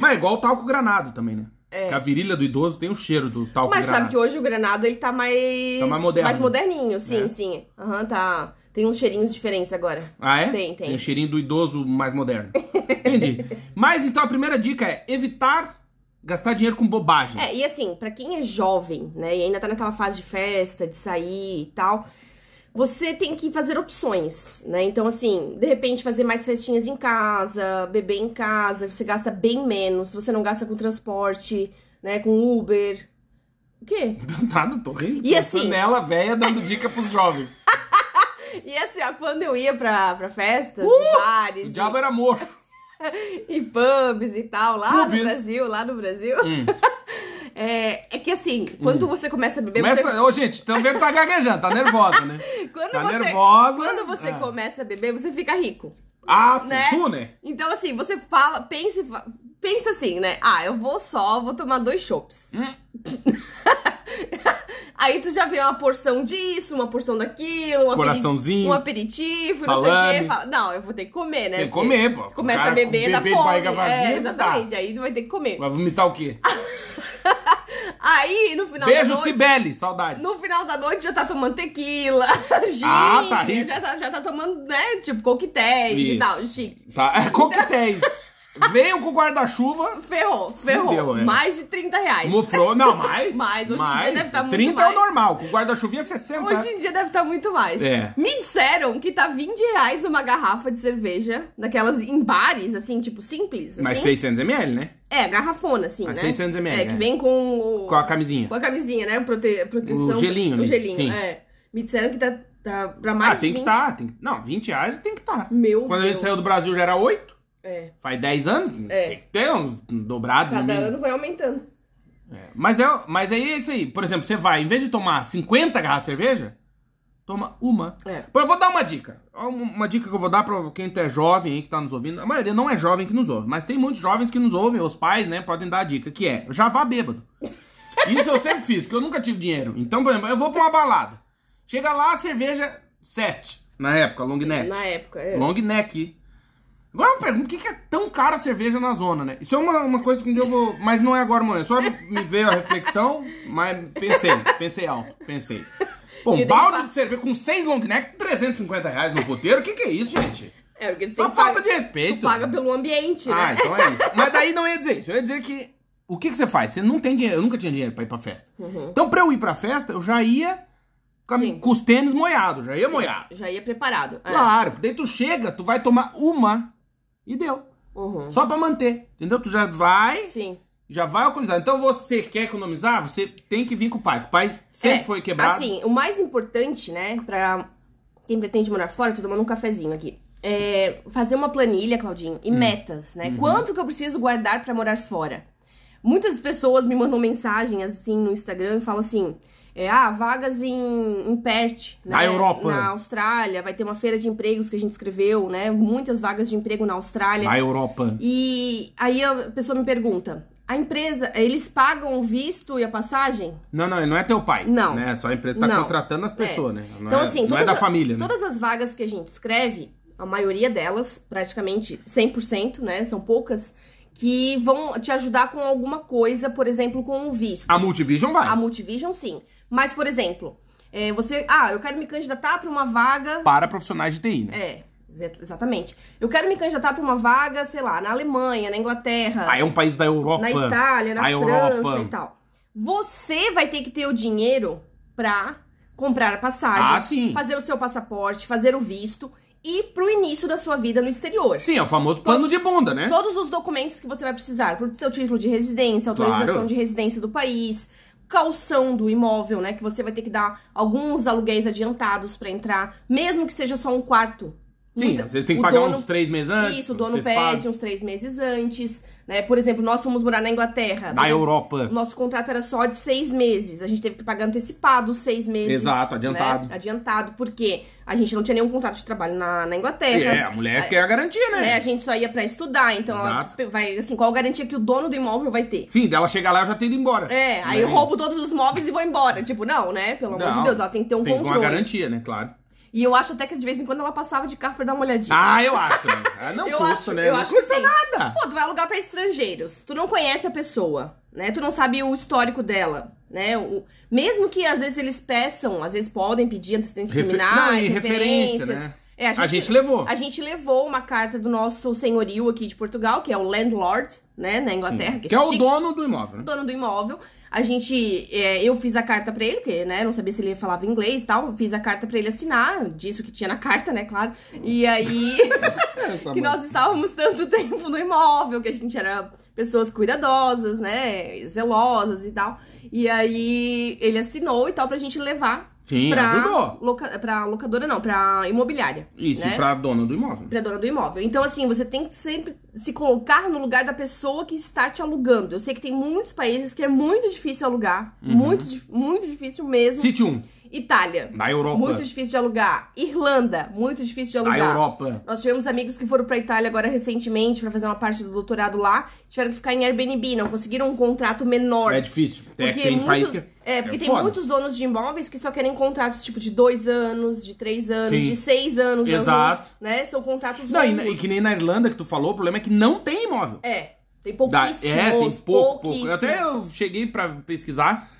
Speaker 1: Mas é igual o talco granado também, né? Que a virilha do idoso tem o cheiro do talco
Speaker 3: [laughs] É. Mas
Speaker 1: granado.
Speaker 3: sabe que hoje o granado ele tá mais.
Speaker 1: Tá mais moderno.
Speaker 3: moderninho, sim,
Speaker 1: É.
Speaker 3: sim. Aham, tá. Tem uns cheirinhos diferentes agora.
Speaker 1: Ah, é?
Speaker 3: Tem, tem.
Speaker 1: Tem o cheirinho do idoso mais
Speaker 3: [laughs]
Speaker 1: moderno. Entendi. Mas então a primeira dica é evitar gastar dinheiro com bobagem. [laughs]
Speaker 3: É, e assim, pra quem é jovem, né, e ainda tá naquela fase de festa, de sair e tal, você tem que fazer opções, né? Então, assim, de repente fazer mais festinhas em casa, beber em casa, você gasta bem menos, você não gasta com transporte, né, com Uber. O quê?
Speaker 1: Nada, Tá, tô rindo.
Speaker 3: E
Speaker 1: Pensando
Speaker 3: assim-
Speaker 1: Nela, véia, dando dica
Speaker 3: [laughs]
Speaker 1: pros jovens.
Speaker 3: E assim, ó, quando eu ia pra, pra festas, bares,
Speaker 1: O
Speaker 3: e-
Speaker 1: diabo era mocho.
Speaker 3: e pubs e tal, lá
Speaker 1: Pubs.
Speaker 3: no Brasil, lá no Brasil.
Speaker 1: Hum.
Speaker 3: [laughs] É, é que assim, quando você começa a beber, você
Speaker 1: Começa... Ô, gente, tão vendo que tá gaguejando, tá nervosa, né?
Speaker 3: Quando
Speaker 1: Tá
Speaker 3: você,
Speaker 1: nervosa?
Speaker 3: Quando você
Speaker 1: Ah.
Speaker 3: começa a beber, você fica rico. [laughs]
Speaker 1: Ah, sim,
Speaker 3: Né?
Speaker 1: tu, né?
Speaker 3: Então, assim, você fala, pensa, e fa- pensa assim, né? Ah, eu vou só, vou tomar dois chopps.
Speaker 1: Hum.
Speaker 3: [laughs] Aí tu já vê uma porção disso, uma porção daquilo, um aperi-
Speaker 1: Coraçãozinho.
Speaker 3: um aperitivo, não sei o
Speaker 1: Salame.
Speaker 3: quê. Fala, não, eu vou ter que comer, né?
Speaker 1: Tem que
Speaker 3: Porque
Speaker 1: comer, pô. O
Speaker 3: Começa
Speaker 1: cara
Speaker 3: a beber,
Speaker 1: com
Speaker 3: dá
Speaker 1: bebê de
Speaker 3: fome.
Speaker 1: barriga vazia,
Speaker 3: é,
Speaker 1: não dá.
Speaker 3: exatamente, aí tu vai ter que comer.
Speaker 1: Vai vomitar o quê?
Speaker 3: [laughs] Aí, no final da
Speaker 1: Beijo,
Speaker 3: Ah, noite...
Speaker 1: Cibele, saudade.
Speaker 3: No final da noite já tá tomando tequila, [laughs] gin,
Speaker 1: Ah, tá rico.
Speaker 3: já, tá, já tá tomando, né, tipo, coquetéis
Speaker 1: Isso.
Speaker 3: e tal, chique.
Speaker 1: Tá,
Speaker 3: [laughs]
Speaker 1: é coquetéis.
Speaker 3: Então-
Speaker 1: Veio com guarda-chuva,
Speaker 3: Ferrou, ferrou.
Speaker 1: Fudeu, é.
Speaker 3: Mais de 30 reais. [laughs]
Speaker 1: mofrou. Não, mais.
Speaker 3: Mais, hoje em dia deve tá muito
Speaker 1: 30 é
Speaker 3: mais.
Speaker 1: o normal, com guarda-chuvinha é 60.
Speaker 3: Hoje em dia deve estar muito mais.
Speaker 1: É.
Speaker 3: Me disseram que tá 20 reais uma garrafa de cerveja, daquelas em bares, assim, tipo, simples.
Speaker 1: Mas
Speaker 3: assim.
Speaker 1: 600ml, né?
Speaker 3: É, garrafona, assim,
Speaker 1: Mas
Speaker 3: né?
Speaker 1: 600 ml,
Speaker 3: É, que
Speaker 1: é.
Speaker 3: vem com o...
Speaker 1: Com a camisinha.
Speaker 3: com a camisinha, né? Prote... Proteção.
Speaker 1: O gelinho,
Speaker 3: O
Speaker 1: né?
Speaker 3: gelinho,
Speaker 1: Sim.
Speaker 3: é. Me disseram que tá, tá pra
Speaker 1: Ah,
Speaker 3: mais de
Speaker 1: tem que
Speaker 3: 20.
Speaker 1: estar. Tem... que- Não, 20 reais tem que estar.
Speaker 3: Meu
Speaker 1: Quando ele
Speaker 3: Deus.
Speaker 1: saiu do Brasil já era 8,
Speaker 3: É.
Speaker 1: faz 10 anos,
Speaker 3: É.
Speaker 1: tem que ter um dobrado. no
Speaker 3: Cada
Speaker 1: mínimo.
Speaker 3: ano vai aumentando.
Speaker 1: É, Mas, é, mas aí é isso aí. Por exemplo, você vai, em vez de tomar 50 garrafas de cerveja, toma uma.
Speaker 3: É.
Speaker 1: Pô, eu vou dar uma dica. Ó, um- Uma dica que eu vou dar pra quem é jovem aí que tá nos ouvindo. A maioria não é jovem que nos ouve, mas tem muitos jovens que nos ouvem, os pais, né, podem dar a dica, que é já vá bêbado. Isso eu sempre fiz, porque eu nunca tive dinheiro. Então, por exemplo, eu vou pra uma balada. Chega lá, a cerveja 7, na época, long neck.
Speaker 3: Na época, é.
Speaker 1: Long neck. Agora eu pergunto, por que, que é tão cara a cerveja na zona, né? Isso é uma, uma coisa que um dia eu vou... Mas não é agora, mano. Só me veio a reflexão, mas pensei. Pensei alto. Pensei. Pô,
Speaker 3: E
Speaker 1: um
Speaker 3: daí
Speaker 1: balde
Speaker 3: fa-
Speaker 1: de cerveja com seis long neck, 350 reais no puteiro. O que que é isso, gente?
Speaker 3: É, porque tu tem
Speaker 1: Uma
Speaker 3: que pagar-
Speaker 1: falta de respeito.
Speaker 3: tu paga pelo ambiente,
Speaker 1: Ah,
Speaker 3: né?
Speaker 1: então é isso. Mas daí não ia dizer isso. Eu ia dizer que... O que que você faz? Você não tem dinheiro. Eu nunca tinha dinheiro pra ir pra festa.
Speaker 3: Uhum.
Speaker 1: Então, pra eu ir pra festa, eu já ia com, a-
Speaker 3: Sim.
Speaker 1: com os tênis molhados. Já ia molhado.
Speaker 3: Já ia preparado. é.
Speaker 1: Claro, daí tu chega, tu vai tomar uma e deu.
Speaker 3: Uhum.
Speaker 1: Só pra manter, entendeu? Tu já vai,
Speaker 3: Sim.
Speaker 1: já vai alcoolizar. Então você quer economizar, você tem que vir com o pai. O pai sempre
Speaker 3: É,
Speaker 1: foi quebrado.
Speaker 3: Assim, o mais importante, né, pra quem pretende morar fora, eu tô tomando um cafezinho aqui. É fazer uma planilha, Claudinho,
Speaker 1: Hum.
Speaker 3: e metas, né?
Speaker 1: Uhum.
Speaker 3: Quanto que eu preciso guardar pra morar fora? Muitas pessoas me mandam mensagem assim no Instagram e falam assim: é, ah, vagas em, em Perth, né?
Speaker 1: Na Europa.
Speaker 3: Na Austrália, vai ter uma feira de empregos que a gente escreveu, né? Muitas vagas de emprego na Austrália.
Speaker 1: Na Europa.
Speaker 3: E aí a pessoa me pergunta: a empresa, eles pagam o visto e a passagem?
Speaker 1: Não, não, ele não é teu pai.
Speaker 3: Não.
Speaker 1: Né? Só a empresa tá
Speaker 3: Não.
Speaker 1: contratando as pessoas,
Speaker 3: É.
Speaker 1: né? Não
Speaker 3: então,
Speaker 1: é,
Speaker 3: assim,
Speaker 1: não é
Speaker 3: todas
Speaker 1: da
Speaker 3: a-
Speaker 1: família, né?
Speaker 3: Todas as vagas que a gente escreve, a maioria delas, praticamente 100%, né? São poucas, que vão te ajudar com alguma coisa, por exemplo, com o visto.
Speaker 1: A Multivision vai.
Speaker 3: A Multivision, sim. Mas, por exemplo, é, você. Ah, eu quero me candidatar para uma vaga.
Speaker 1: Para profissionais de TI, né?
Speaker 3: É. Exa- Exatamente. Eu quero me candidatar para uma vaga, sei lá, na Alemanha, na Inglaterra,
Speaker 1: Ah, é um país da Europa.
Speaker 3: na Itália, na
Speaker 1: a
Speaker 3: França
Speaker 1: Europa.
Speaker 3: e tal. Você vai ter que ter o dinheiro pra comprar a
Speaker 1: Ah,
Speaker 3: passagem,
Speaker 1: sim.
Speaker 3: fazer o seu passaporte, fazer o visto e pro início da sua vida no exterior.
Speaker 1: Sim, é o famoso pano de bunda, né?
Speaker 3: Todos os documentos que você vai precisar, pro seu título de residência, autorização
Speaker 1: Claro.
Speaker 3: de residência do país, calção do imóvel, né? Que você vai ter que dar alguns aluguéis adiantados pra entrar, mesmo que seja só um quarto.
Speaker 1: Sim,
Speaker 3: Muita-
Speaker 1: às vezes tem que
Speaker 3: o
Speaker 1: pagar
Speaker 3: dono-
Speaker 1: uns três meses antes.
Speaker 3: Isso, o dono
Speaker 1: antecipado.
Speaker 3: pede uns três meses antes, né? Por exemplo, nós fomos morar na Inglaterra.
Speaker 1: Da
Speaker 3: né?
Speaker 1: Europa.
Speaker 3: O nosso contrato era só de seis meses. A gente teve que pagar antecipado os seis meses.
Speaker 1: Exato, adiantado.
Speaker 3: Né? Adiantado, porque a gente não tinha nenhum contrato de trabalho na, na Inglaterra.
Speaker 1: É, a mulher quer a garantia, né?
Speaker 3: Né, A gente só ia pra estudar, então ela
Speaker 1: Exato.
Speaker 3: pe- vai, assim, qual garantia que o dono do imóvel vai ter?
Speaker 1: Sim, dela chegar lá eu já ter ido embora.
Speaker 3: É, aí
Speaker 1: Né?
Speaker 3: eu roubo todos os móveis e vou embora. Tipo, não, né? Pelo amor de
Speaker 1: Não,
Speaker 3: Deus, ela tem que ter um
Speaker 1: tem
Speaker 3: controle.
Speaker 1: uma garantia, né? Claro.
Speaker 3: E eu acho até que de vez em quando ela passava de carro pra dar uma olhadinha.
Speaker 1: Ah, eu acho. né?
Speaker 3: [laughs]
Speaker 1: Ah, não
Speaker 3: Eu
Speaker 1: custa,
Speaker 3: acho-
Speaker 1: né?
Speaker 3: eu
Speaker 1: não
Speaker 3: acho que
Speaker 1: custa
Speaker 3: sim.
Speaker 1: nada.
Speaker 3: Pô, tu vai alugar pra estrangeiros. Tu não conhece a pessoa, né? Tu não sabe o histórico dela, né? O, mesmo que às vezes eles peçam, às vezes podem pedir antecedentes
Speaker 1: Refe- não,
Speaker 3: criminais,
Speaker 1: e referência,
Speaker 3: referências.
Speaker 1: né?
Speaker 3: É,
Speaker 1: A gente levou.
Speaker 3: A gente levou uma carta do nosso senhorio aqui de Portugal, que é o landlord, né, na Inglaterra,
Speaker 1: Que é o
Speaker 3: chique,
Speaker 1: dono do imóvel, né?
Speaker 3: dono do imóvel. A gente, é, eu fiz a carta pra ele, porque, né, não sabia se ele falava inglês e tal. Eu Fiz a carta pra ele assinar, disse o que tinha na carta, né, claro. E
Speaker 1: [laughs]
Speaker 3: aí
Speaker 1: É, Essa
Speaker 3: que
Speaker 1: mãe.
Speaker 3: nós estávamos tanto [laughs] tempo no imóvel, que a gente era pessoas cuidadosas, né? Zelosas e tal. E aí ele assinou e tal pra gente levar
Speaker 1: Sim,
Speaker 3: pra,
Speaker 1: ajudou.
Speaker 3: loca, pra locadora, não, pra imobiliária.
Speaker 1: Isso,
Speaker 3: né?
Speaker 1: pra dono do imóvel.
Speaker 3: pra dona do imóvel. Então, assim, você tem que sempre se colocar no lugar da pessoa que está te alugando. Eu sei que tem muitos países que é muito difícil alugar.
Speaker 1: Uhum.
Speaker 3: Muito, di- muito difícil mesmo.
Speaker 1: Sítio 1,
Speaker 3: Itália.
Speaker 1: na Europa.
Speaker 3: Muito difícil de alugar. Irlanda, muito difícil de
Speaker 1: na
Speaker 3: alugar.
Speaker 1: Europa. é
Speaker 3: Nós tivemos amigos que foram pra Itália agora recentemente pra fazer uma parte do doutorado lá, tiveram que ficar em Airbnb, não conseguiram um contrato menor.
Speaker 1: É difícil. É,
Speaker 3: Porque
Speaker 1: tem
Speaker 3: muito-
Speaker 1: país que...
Speaker 3: é, porque
Speaker 1: é
Speaker 3: tem
Speaker 1: foda.
Speaker 3: muitos donos de imóveis que só querem contratos tipo de dois anos, de três anos,
Speaker 1: Sim.
Speaker 3: de seis anos.
Speaker 1: Exato.
Speaker 3: alguns, né? São contratos
Speaker 1: Não, e,
Speaker 3: longos.
Speaker 1: e que nem na Irlanda que tu falou, o problema é que não tem imóvel.
Speaker 3: É, tem
Speaker 1: Da-
Speaker 3: pouquíssimos.
Speaker 1: é, tem pouco, pouco.
Speaker 3: pouquíssimos.
Speaker 1: Até eu cheguei pra pesquisar,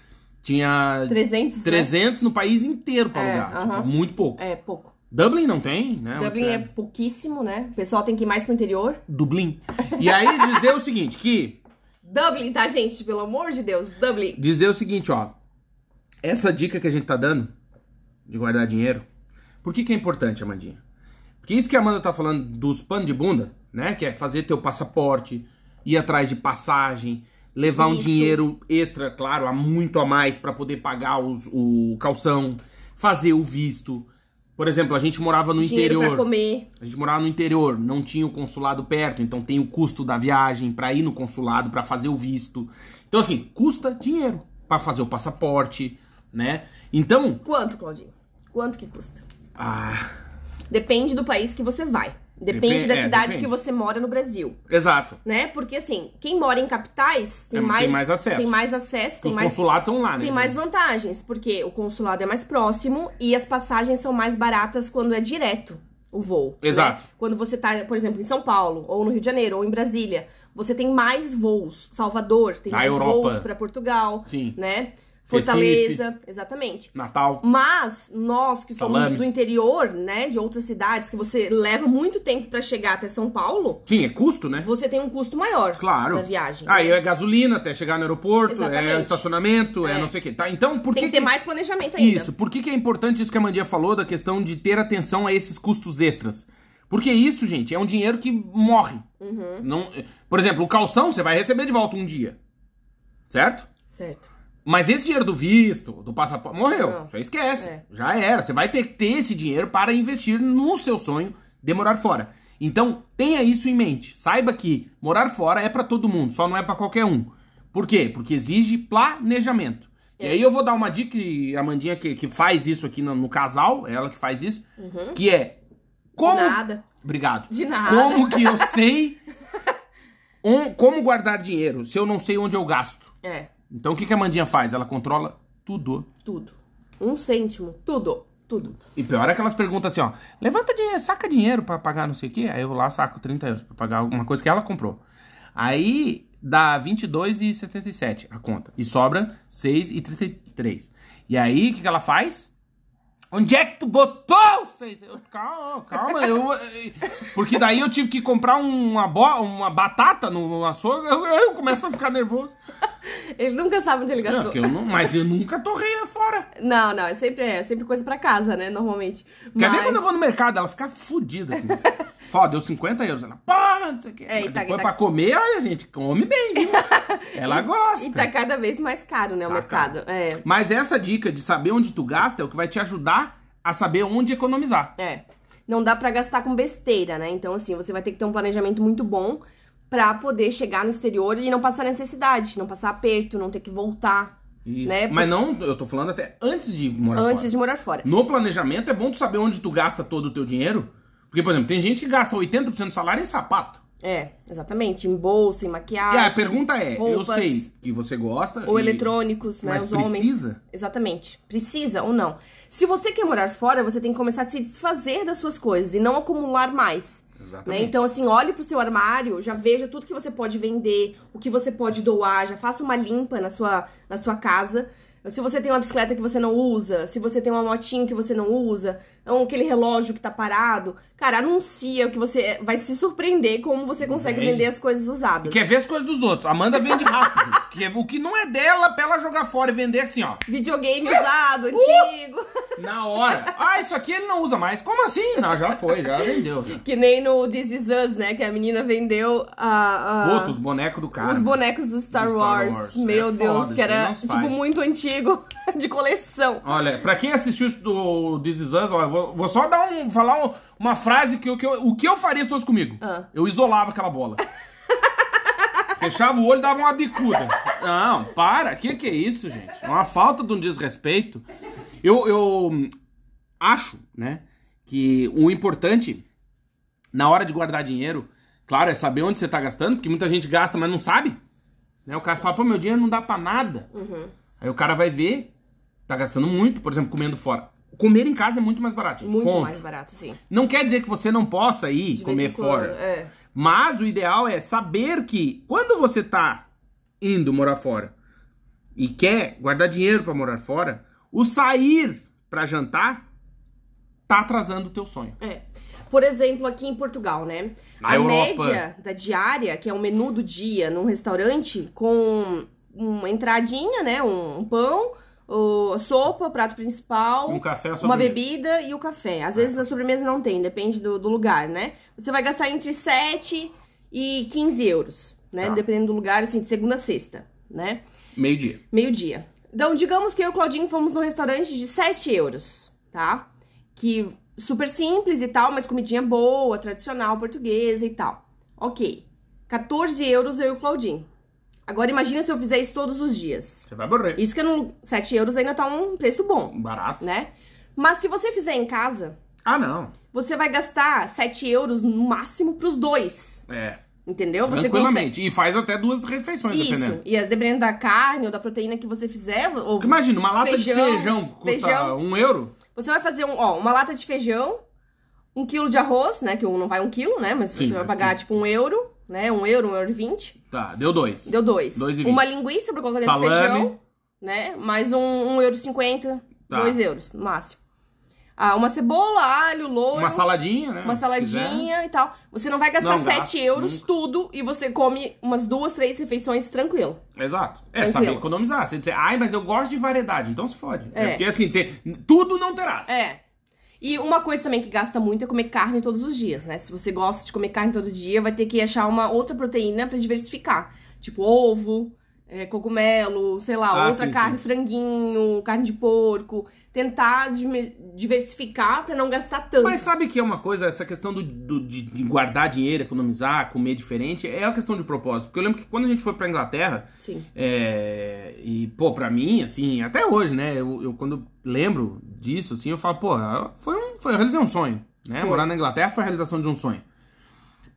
Speaker 1: tinha
Speaker 3: 300, né?
Speaker 1: 300 no país inteiro pra
Speaker 3: É,
Speaker 1: alugar. Tipo,
Speaker 3: aham.
Speaker 1: muito pouco.
Speaker 3: É, pouco.
Speaker 1: Dublin não tem, né?
Speaker 3: Dublin
Speaker 1: Onde
Speaker 3: é pouquíssimo, né? O pessoal tem que ir mais pro interior.
Speaker 1: Dublin. E aí dizer o seguinte, que...
Speaker 3: Dublin, tá, gente? Pelo amor de Deus, Dublin.
Speaker 1: Dizer o seguinte, ó. Essa dica que a gente tá dando, de guardar dinheiro, por que que é importante, Amandinha? Porque isso que a Amanda tá falando dos panos de bunda, né? Que é fazer teu passaporte, ir atrás de passagem, levar um
Speaker 3: Visto.
Speaker 1: dinheiro extra, claro, a muito a mais pra poder pagar os- o calção, fazer o visto. Por exemplo, a gente morava no
Speaker 3: Dinheiro
Speaker 1: interior.
Speaker 3: pra comer.
Speaker 1: A gente morava no interior, não tinha o consulado perto, então tem o custo da viagem pra ir no consulado, pra fazer o visto. Então assim, custa dinheiro pra fazer o passaporte, né? Então,
Speaker 3: Quanto, Claudinho? Quanto que custa?
Speaker 1: ah,
Speaker 3: Depende do país que você vai. Depende
Speaker 1: Depen-
Speaker 3: da
Speaker 1: é,
Speaker 3: cidade
Speaker 1: depende.
Speaker 3: que você mora no Brasil,
Speaker 1: exato.
Speaker 3: né? Porque assim, quem mora em capitais tem,
Speaker 1: É, tem
Speaker 3: mais,
Speaker 1: mais acesso.
Speaker 3: tem mais acesso,
Speaker 1: Porque
Speaker 3: tem
Speaker 1: os
Speaker 3: mais,
Speaker 1: consulados estão lá, né?
Speaker 3: tem mais vantagens, porque o consulado é mais próximo e as passagens são mais baratas quando é direto o voo. né?
Speaker 1: Exato.
Speaker 3: Quando você tá, por exemplo, em São Paulo, ou no Rio de Janeiro, ou em Brasília, você tem mais voos. Salvador tem
Speaker 1: Na
Speaker 3: mais
Speaker 1: Europa.
Speaker 3: voos pra Portugal,
Speaker 1: Sim.
Speaker 3: né? Fortaleza, exatamente.
Speaker 1: Natal.
Speaker 3: Mas nós que somos
Speaker 1: Salame.
Speaker 3: do interior, né, de outras cidades que você leva muito tempo pra chegar até São Paulo,
Speaker 1: Sim, é custo, né?
Speaker 3: você tem um custo maior
Speaker 1: Claro.
Speaker 3: da viagem. né?
Speaker 1: Aí é gasolina até chegar no aeroporto, é
Speaker 3: Exatamente.
Speaker 1: estacionamento, é,
Speaker 3: É.
Speaker 1: não sei o quê. Tá, então por
Speaker 3: tem que
Speaker 1: que
Speaker 3: ter mais planejamento ainda.
Speaker 1: Isso, por que, que é importante isso que a Mandinha falou da questão de ter atenção a esses custos extras? Porque isso, gente, é um dinheiro que morre. Não, por exemplo, o calção você vai receber de volta um dia. Certo?
Speaker 3: Certo.
Speaker 1: Mas esse dinheiro do visto, do passaporte, morreu.
Speaker 3: Não.
Speaker 1: Você esquece.
Speaker 3: É.
Speaker 1: Já era. Você vai ter que ter esse dinheiro para investir no seu sonho de morar fora. Então, tenha isso em mente. Saiba que morar fora é para todo mundo, só não é para qualquer um. Por quê? Porque exige planejamento.
Speaker 3: É.
Speaker 1: E aí eu vou dar uma dica, que a Mandinha que, que faz isso aqui no, no casal, é ela que faz isso, que é como...
Speaker 3: De Uhum. nada.
Speaker 1: Obrigado.
Speaker 3: De nada.
Speaker 1: Como que eu
Speaker 3: [laughs]
Speaker 1: sei on- como guardar dinheiro se eu não sei onde eu gasto?
Speaker 3: É,
Speaker 1: Então o que, que a Mandinha faz? Ela controla tudo.
Speaker 3: tudo. Um cêntimo, tudo, tudo.
Speaker 1: E pior é que elas perguntam assim, ó, levanta dinheiro, saca dinheiro pra pagar não sei o quê. Aí eu vou lá saco 30 euros pra pagar alguma coisa que ela comprou. Aí dá 22,77 a conta. E sobra 6,33. E aí o que, que ela faz? Onde é que tu botou? Vocês? Eu, calma, calma. eu- eh, porque daí eu tive que comprar uma, bo- uma batata no açougue. Eu, eu começo a ficar nervoso.
Speaker 3: Ele nunca sabe onde ele
Speaker 1: Não,
Speaker 3: gastou.
Speaker 1: porque eu não- mas eu nunca torrei fora.
Speaker 3: Não, não, é sempre, é sempre coisa pra casa, né? Normalmente.
Speaker 1: Quer
Speaker 3: Mas...
Speaker 1: ver quando eu vou no mercado? Ela fica fodida.
Speaker 3: [laughs]
Speaker 1: comigo. Fala, deu 50 euros. Ela, pá, não sei o quê.
Speaker 3: É, e
Speaker 1: Mas
Speaker 3: tá-
Speaker 1: depois
Speaker 3: tá-
Speaker 1: pra comer, aí a gente come bem,
Speaker 3: [laughs]
Speaker 1: viu? Ela gosta.
Speaker 3: E tá cada vez mais caro, né? O
Speaker 1: Tá
Speaker 3: mercado. É.
Speaker 1: Mas essa dica de saber onde tu gasta é o que vai te ajudar a saber onde economizar.
Speaker 3: É. Não dá pra gastar com besteira, né? Então, assim, você vai ter que ter um planejamento muito bom pra poder chegar no exterior e não passar necessidade, não passar aperto, não ter que voltar,
Speaker 1: Isso.
Speaker 3: né?
Speaker 1: Mas não, eu tô falando até antes de morar
Speaker 3: antes
Speaker 1: fora.
Speaker 3: de morar fora.
Speaker 1: No planejamento é bom tu saber onde tu gasta todo o teu dinheiro. Porque, por exemplo, tem gente que gasta 80% do salário em sapato.
Speaker 3: É, exatamente. Em bolsa, em
Speaker 1: e
Speaker 3: maquiagem.
Speaker 1: a pergunta é, eu
Speaker 3: roupas.
Speaker 1: sei que você gosta...
Speaker 3: Ou
Speaker 1: e-
Speaker 3: eletrônicos, né?
Speaker 1: Mas
Speaker 3: os homens.
Speaker 1: precisa?
Speaker 3: Exatamente. Precisa ou não. Se você quer morar fora, você tem que começar a se desfazer das suas coisas e não acumular mais.
Speaker 1: Exatamente.
Speaker 3: Né? Então, assim, olhe pro seu armário, já veja tudo que você pode vender, o que você pode doar, já faça uma limpa na sua, na sua casa. Se você tem uma bicicleta que você não usa, se você tem uma motinha que você não usa, ou aquele relógio que tá parado, cara, anuncia o que você vai se surpreender como você consegue
Speaker 1: Vende.
Speaker 3: vender as coisas
Speaker 1: E
Speaker 3: usadas.
Speaker 1: quer ver as coisas dos outros. Amanda vende rápido. [laughs] que é, o que não é dela, pra ela jogar fora e vender assim, ó. [laughs]
Speaker 3: Videogame
Speaker 1: Uh!
Speaker 3: usado, antigo. [laughs]
Speaker 1: Na hora. Ah, isso aqui ele não usa mais. Como assim? Não, já foi, já vendeu. Já.
Speaker 3: Que nem no This Is Us, né? Que a menina vendeu a, a-
Speaker 1: Outros os bonecos do cara.
Speaker 3: Ah. os bonecos do Star,
Speaker 1: Do Star
Speaker 3: Wars.
Speaker 1: Wars.
Speaker 3: Meu
Speaker 1: É
Speaker 3: Deus,
Speaker 1: foda,
Speaker 3: que
Speaker 1: isso aí
Speaker 3: era,
Speaker 1: não se
Speaker 3: tipo,
Speaker 1: faz.
Speaker 3: muito antigo, [laughs] de coleção.
Speaker 1: Olha, pra quem assistiu isso do This Is Us, ó, eu vou, vou só dar um, falar um- uma frase que, eu- que eu, o que eu faria se fosse comigo.
Speaker 3: Ah.
Speaker 1: Eu isolava aquela bola. Fechava o olho e dava uma bicuda. Não, para. Que que é isso, gente? É uma falta de um desrespeito. Eu, eu hum, acho, né, que o importante na hora de guardar dinheiro, claro, é saber onde você tá gastando, porque muita gente gasta, mas não sabe. Né? O cara fala, pô, meu dinheiro não dá pra nada.
Speaker 3: Uhum.
Speaker 1: Aí o cara vai ver, tá gastando muito, por exemplo, comendo fora. Comer em casa é muito mais barato. gente.
Speaker 3: Muito
Speaker 1: Ponto.
Speaker 3: mais barato, sim.
Speaker 1: Não quer dizer que você não possa ir
Speaker 3: De
Speaker 1: comer
Speaker 3: vez em quando,
Speaker 1: fora.
Speaker 3: É.
Speaker 1: Mas o ideal é saber que quando você tá indo morar fora e quer guardar dinheiro pra morar fora, o sair pra jantar tá atrasando o teu sonho.
Speaker 3: É. Por exemplo, aqui em Portugal, né?
Speaker 1: Na
Speaker 3: a
Speaker 1: Europa.
Speaker 3: média da diária, que é um menu do dia num restaurante, com uma entradinha, né? Um, um pão, o- sopa, prato principal.
Speaker 1: Um café
Speaker 3: uma
Speaker 1: sobremesa.
Speaker 3: bebida e o café. Às vezes a sobremesa não tem, depende do, do lugar, né? Você vai gastar entre 7 e 15 euros, né?
Speaker 1: Tá.
Speaker 3: Dependendo do lugar, assim, de segunda a sexta, né?
Speaker 1: Meio-dia.
Speaker 3: Meio-dia. Então, digamos que eu e o Claudinho fomos num restaurante de 7 euros, tá? Que super simples e tal, mas comidinha boa, tradicional, portuguesa e tal. Ok. 14 euros eu e o Claudinho. Agora imagina se eu fizer isso todos os dias.
Speaker 1: Você vai morrer.
Speaker 3: Isso que eu não. 7 euros ainda tá um preço bom
Speaker 1: Barato.
Speaker 3: né? Mas se você fizer em casa,
Speaker 1: Ah, não.
Speaker 3: você vai gastar 7 euros no máximo pros dois,
Speaker 1: É.
Speaker 3: entendeu? Então Você consegue.
Speaker 1: Tranquilamente. E faz até duas refeições,
Speaker 3: Isso.
Speaker 1: dependendo.
Speaker 3: E é, dependendo da carne ou da proteína que você fizer, ou
Speaker 1: Porque Imagina, uma lata
Speaker 3: Feijão,
Speaker 1: de feijão custa
Speaker 3: feijão.
Speaker 1: um euro.
Speaker 3: você vai fazer um, ó, uma lata de feijão, um quilo de arroz, né? Que um não vai um quilo, né? Mas
Speaker 1: Sim,
Speaker 3: você vai
Speaker 1: mas
Speaker 3: pagar
Speaker 1: sim.
Speaker 3: tipo um euro, né? Um euro, um euro e vinte.
Speaker 1: Tá, deu dois.
Speaker 3: Deu dois.
Speaker 1: Dois e vinte.
Speaker 3: uma linguiça pra colocar dentro do
Speaker 1: Salame.
Speaker 3: feijão, né? Mais um, um euro e cinquenta,
Speaker 1: Tá.
Speaker 3: dois euros no máximo. Ah, uma cebola, alho, louro.
Speaker 1: Uma saladinha, né?
Speaker 3: um uma
Speaker 1: Se quiser.
Speaker 3: saladinha e tal. Você não vai gastar
Speaker 1: Não
Speaker 3: 7
Speaker 1: gasta,
Speaker 3: euros
Speaker 1: nunca.
Speaker 3: tudo e você come umas duas, três refeições tranquilo.
Speaker 1: Exato. É
Speaker 3: Tranquilo.
Speaker 1: saber economizar. Você dizer, ai, mas eu gosto de variedade, então se fode. É,
Speaker 3: É.
Speaker 1: porque assim, tem... tudo não terás.
Speaker 3: É. E uma coisa também que gasta muito é comer carne todos os dias, né? Se você gosta de comer carne todo dia, vai ter que achar uma outra proteína pra diversificar. Tipo ovo, é, cogumelo, sei lá,
Speaker 1: Ah,
Speaker 3: outra
Speaker 1: sim,
Speaker 3: carne,
Speaker 1: sim.
Speaker 3: franguinho, carne de porco. Tentar dime- diversificar pra não gastar tanto.
Speaker 1: Mas sabe que é uma coisa, essa questão do, do- de, de guardar dinheiro, economizar, comer diferente, é uma questão de propósito. Porque eu lembro que quando a gente foi pra Inglaterra,
Speaker 3: Sim.
Speaker 1: É, e, pô, pra mim, assim, até hoje, né? Eu, eu quando lembro disso, assim, eu falo, pô, foi um, foi, eu realizei um sonho, né?
Speaker 3: Foi.
Speaker 1: Morar na Inglaterra foi a realização de um sonho.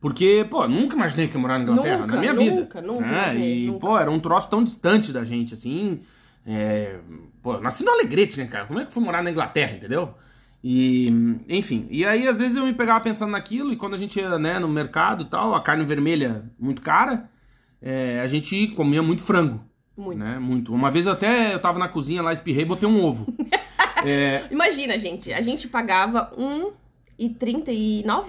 Speaker 1: Porque, pô, nunca imaginei que ia morar na Inglaterra,
Speaker 3: Nunca,
Speaker 1: na minha
Speaker 3: nunca,
Speaker 1: vida.
Speaker 3: nunca
Speaker 1: né?
Speaker 3: imaginei,
Speaker 1: E,
Speaker 3: nunca.
Speaker 1: pô, era um troço tão distante da gente, assim. É, pô, eu nasci no Alegrete, né, cara? Como é que eu fui morar na Inglaterra, entendeu? E, enfim, e aí às vezes eu me pegava pensando naquilo, e quando a gente ia, né, no mercado e tal, a carne vermelha muito cara, é, a gente comia Né, muito frango.
Speaker 3: Muito. [laughs]
Speaker 1: Né? Muito. Uma vez eu até eu tava na cozinha lá, espirrei e botei um ovo. É,
Speaker 3: Imagina, gente, a gente pagava 1,39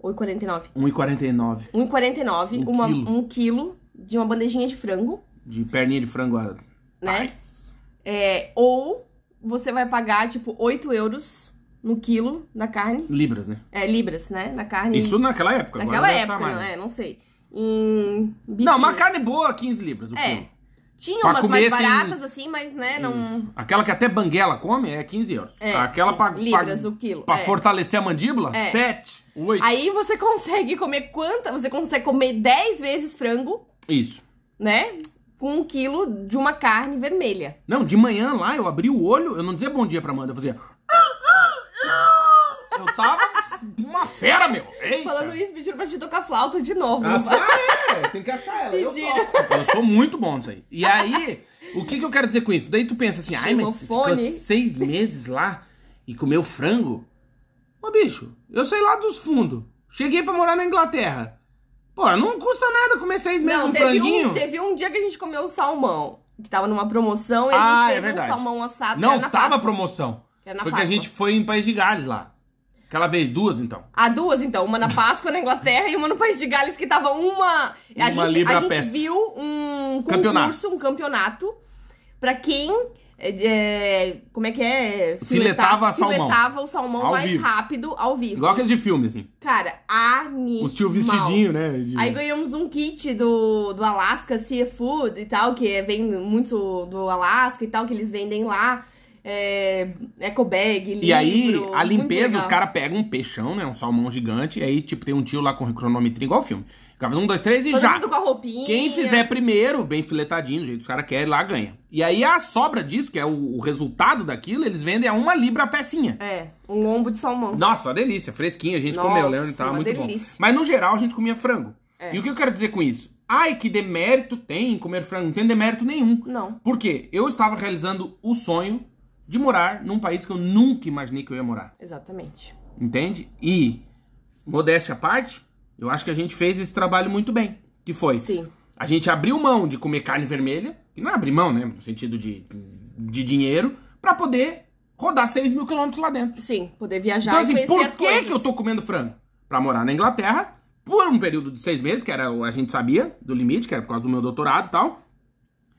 Speaker 3: ou 1,49?
Speaker 1: 1,49
Speaker 3: 1,49
Speaker 1: Um
Speaker 3: uma-
Speaker 1: quilo.
Speaker 3: um quilo de uma bandejinha de frango,
Speaker 1: de perninha de frango. a-
Speaker 3: né? É, ou você vai pagar, tipo, 8 euros no quilo da carne.
Speaker 1: Libras, né?
Speaker 3: É, libras, né? Na carne.
Speaker 1: Isso naquela época. agora
Speaker 3: naquela
Speaker 1: deve tá
Speaker 3: época,
Speaker 1: mais,
Speaker 3: não,
Speaker 1: né?
Speaker 3: é, não sei. Em
Speaker 1: Não, uma
Speaker 3: bifinhos.
Speaker 1: carne boa, 15 libras o
Speaker 3: É.
Speaker 1: quilo.
Speaker 3: Tinha
Speaker 1: Pra
Speaker 3: umas
Speaker 1: comer
Speaker 3: mais
Speaker 1: sem-
Speaker 3: baratas, assim, mas, né, não.
Speaker 1: Isso. Aquela que até banguela come é 15 euros.
Speaker 3: É,
Speaker 1: Aquela
Speaker 3: sim,
Speaker 1: pra,
Speaker 3: libras
Speaker 1: pra,
Speaker 3: o quilo,
Speaker 1: pra
Speaker 3: é.
Speaker 1: fortalecer a mandíbula,
Speaker 3: É.
Speaker 1: 7, 8.
Speaker 3: Aí você consegue comer quanta. Você consegue comer 10 vezes frango,
Speaker 1: Isso.
Speaker 3: né? Com um quilo de uma carne vermelha.
Speaker 1: Não, de manhã lá eu abri o olho, eu não dizia bom dia pra Amanda, eu fazia. "Ah, Eu tava uma fera, meu! Eita.
Speaker 3: Falando isso, pediram pra te tocar flauta de novo.
Speaker 1: Ah, sim, é, tem que achar ela. Eu,
Speaker 3: Pediram.
Speaker 1: toco. eu sou muito bom nisso aí. E aí, o que, que eu quero dizer com isso? Daí tu pensa assim, ai, mas você ficou
Speaker 3: Xilofone.
Speaker 1: seis meses lá e comeu frango? Ô, bicho, eu sei lá dos fundos. Cheguei pra morar na Inglaterra. Pô, não custa nada comer seis meses
Speaker 3: não,
Speaker 1: um
Speaker 3: teve
Speaker 1: franguinho.
Speaker 3: um, teve um dia que a gente comeu salmão, que tava numa promoção, e
Speaker 1: Ah,
Speaker 3: a
Speaker 1: é
Speaker 3: gente fez um
Speaker 1: verdade.
Speaker 3: salmão assado. que
Speaker 1: Não,
Speaker 3: era na
Speaker 1: tava
Speaker 3: Páscoa.
Speaker 1: promoção.
Speaker 3: Era na
Speaker 1: Foi que a
Speaker 3: Páscoa.
Speaker 1: gente foi em País de Gales lá. Aquela vez, duas então.
Speaker 3: Ah, duas então, uma na Páscoa na Inglaterra e uma no País de Gales, que tava uma.
Speaker 1: Uma
Speaker 3: A gente,
Speaker 1: libra
Speaker 3: a
Speaker 1: a
Speaker 3: gente
Speaker 1: peça.
Speaker 3: viu um concurso,
Speaker 1: Campeonato.
Speaker 3: um campeonato, pra quem. é, é, como é que é? Fileta-
Speaker 1: Filetava salmão.
Speaker 3: Filetava o salmão
Speaker 1: Ao
Speaker 3: mais
Speaker 1: vivo.
Speaker 3: rápido ao vivo.
Speaker 1: Igual aqueles de filme, assim.
Speaker 3: Cara, animal.
Speaker 1: Os tio vestidinho, né? de-
Speaker 3: Aí ganhamos um kit do, do Alaska Seafood e tal, que é- vem muito do Alaska e tal, que eles vendem lá. É, eco bag, livro,
Speaker 1: E aí, a
Speaker 3: muito
Speaker 1: limpeza,
Speaker 3: legal.
Speaker 1: os caras pegam um peixão, né? Um salmão gigante. E aí, tipo, tem um tio lá com cronometria igual filme. Ficava um, dois, três e
Speaker 3: Todo
Speaker 1: já.
Speaker 3: mundo com a roupinha.
Speaker 1: Quem fizer primeiro, bem filetadinho, do jeito que os caras querem, lá ganha. E aí, a sobra disso, que é o, o resultado daquilo, eles vendem a uma libra a pecinha.
Speaker 3: É, um lombo de salmão.
Speaker 1: Nossa, uma delícia. Fresquinha, a gente
Speaker 3: Nossa,
Speaker 1: comeu, Leandro, tava
Speaker 3: uma
Speaker 1: muito bom.
Speaker 3: delícia.
Speaker 1: Mas, no geral, a gente comia frango.
Speaker 3: É.
Speaker 1: E o que eu quero dizer com isso? Ai, que demérito tem em comer frango. Não tem demérito nenhum.
Speaker 3: Não.
Speaker 1: Por quê? Eu estava realizando o sonho de morar num país que eu nunca imaginei que eu ia morar.
Speaker 3: Exatamente.
Speaker 1: Entende? E, modéstia à parte, eu acho que a gente fez esse trabalho muito bem. Que foi?
Speaker 3: Sim.
Speaker 1: A gente abriu mão de comer carne vermelha, que não é abrir mão, né? No sentido de, de dinheiro, pra poder rodar 6 mil quilômetros lá dentro.
Speaker 3: Sim, poder viajar
Speaker 1: então,
Speaker 3: e
Speaker 1: assim,
Speaker 3: conhecer
Speaker 1: por
Speaker 3: as
Speaker 1: que,
Speaker 3: coisas.
Speaker 1: que eu tô comendo frango? Pra morar na Inglaterra, por um período de seis meses, que era o- a gente sabia do limite, que era por causa do meu doutorado e tal.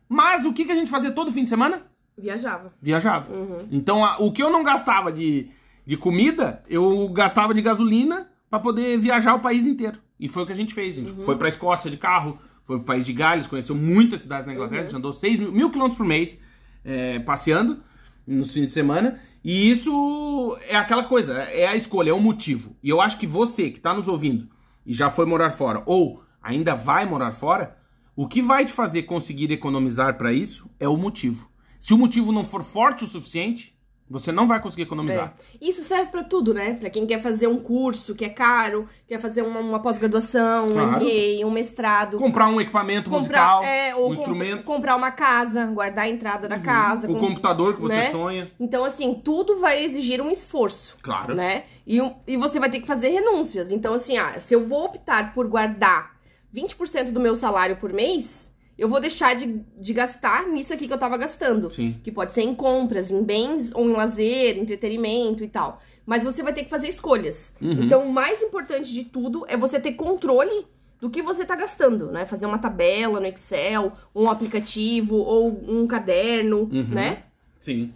Speaker 1: Mas o que, que a gente fazia todo fim de semana?
Speaker 3: Viajava.
Speaker 1: viajava. Então, a- o que eu não gastava de, de comida, eu gastava de gasolina pra poder viajar o país inteiro. E foi o que a gente fez. A gente foi pra Escócia de carro, foi pro país de Gales, conheceu muitas cidades na Inglaterra. A gente andou 6 mil, mil quilômetros por mês é, passeando nos fins de semana. E isso é aquela coisa, é a escolha, é o motivo. E eu acho que você que tá nos ouvindo e já foi morar fora, ou ainda vai morar fora, o que vai te fazer conseguir economizar pra isso é o motivo. Se o motivo não for forte o suficiente, você não vai conseguir economizar.
Speaker 3: É. Isso serve pra tudo, né? Pra quem quer fazer um curso que é caro, quer fazer uma, uma pós-graduação, um
Speaker 1: Claro.
Speaker 3: MBA, um mestrado.
Speaker 1: Comprar um equipamento musical,
Speaker 3: é,
Speaker 1: um
Speaker 3: ou com-
Speaker 1: instrumento, Uhum.
Speaker 3: comprar uma casa, guardar a entrada da casa.
Speaker 1: o
Speaker 3: com-
Speaker 1: um computador que você
Speaker 3: né?
Speaker 1: sonha.
Speaker 3: Então, assim, tudo vai exigir um esforço.
Speaker 1: Claro.
Speaker 3: Né? E, um- e você vai ter que fazer renúncias. Então, assim, ah, se eu vou optar por guardar 20% do meu salário por mês, eu vou deixar de, de gastar nisso aqui que eu tava gastando.
Speaker 1: Sim.
Speaker 3: Que pode ser em compras, em bens ou em lazer, entretenimento e tal. Mas você vai ter que fazer escolhas.
Speaker 1: Uhum.
Speaker 3: Então, o mais importante de tudo é você ter controle do que você tá gastando, né? Fazer uma tabela no Excel, um aplicativo ou um caderno,
Speaker 1: Uhum.
Speaker 3: né?
Speaker 1: Sim.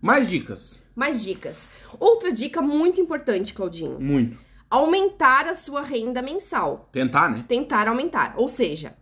Speaker 1: Mais dicas.
Speaker 3: Mais dicas. Outra dica muito importante, Claudinho:
Speaker 1: Muito.
Speaker 3: aumentar a sua renda mensal.
Speaker 1: Tentar, né?
Speaker 3: Tentar aumentar. Ou seja,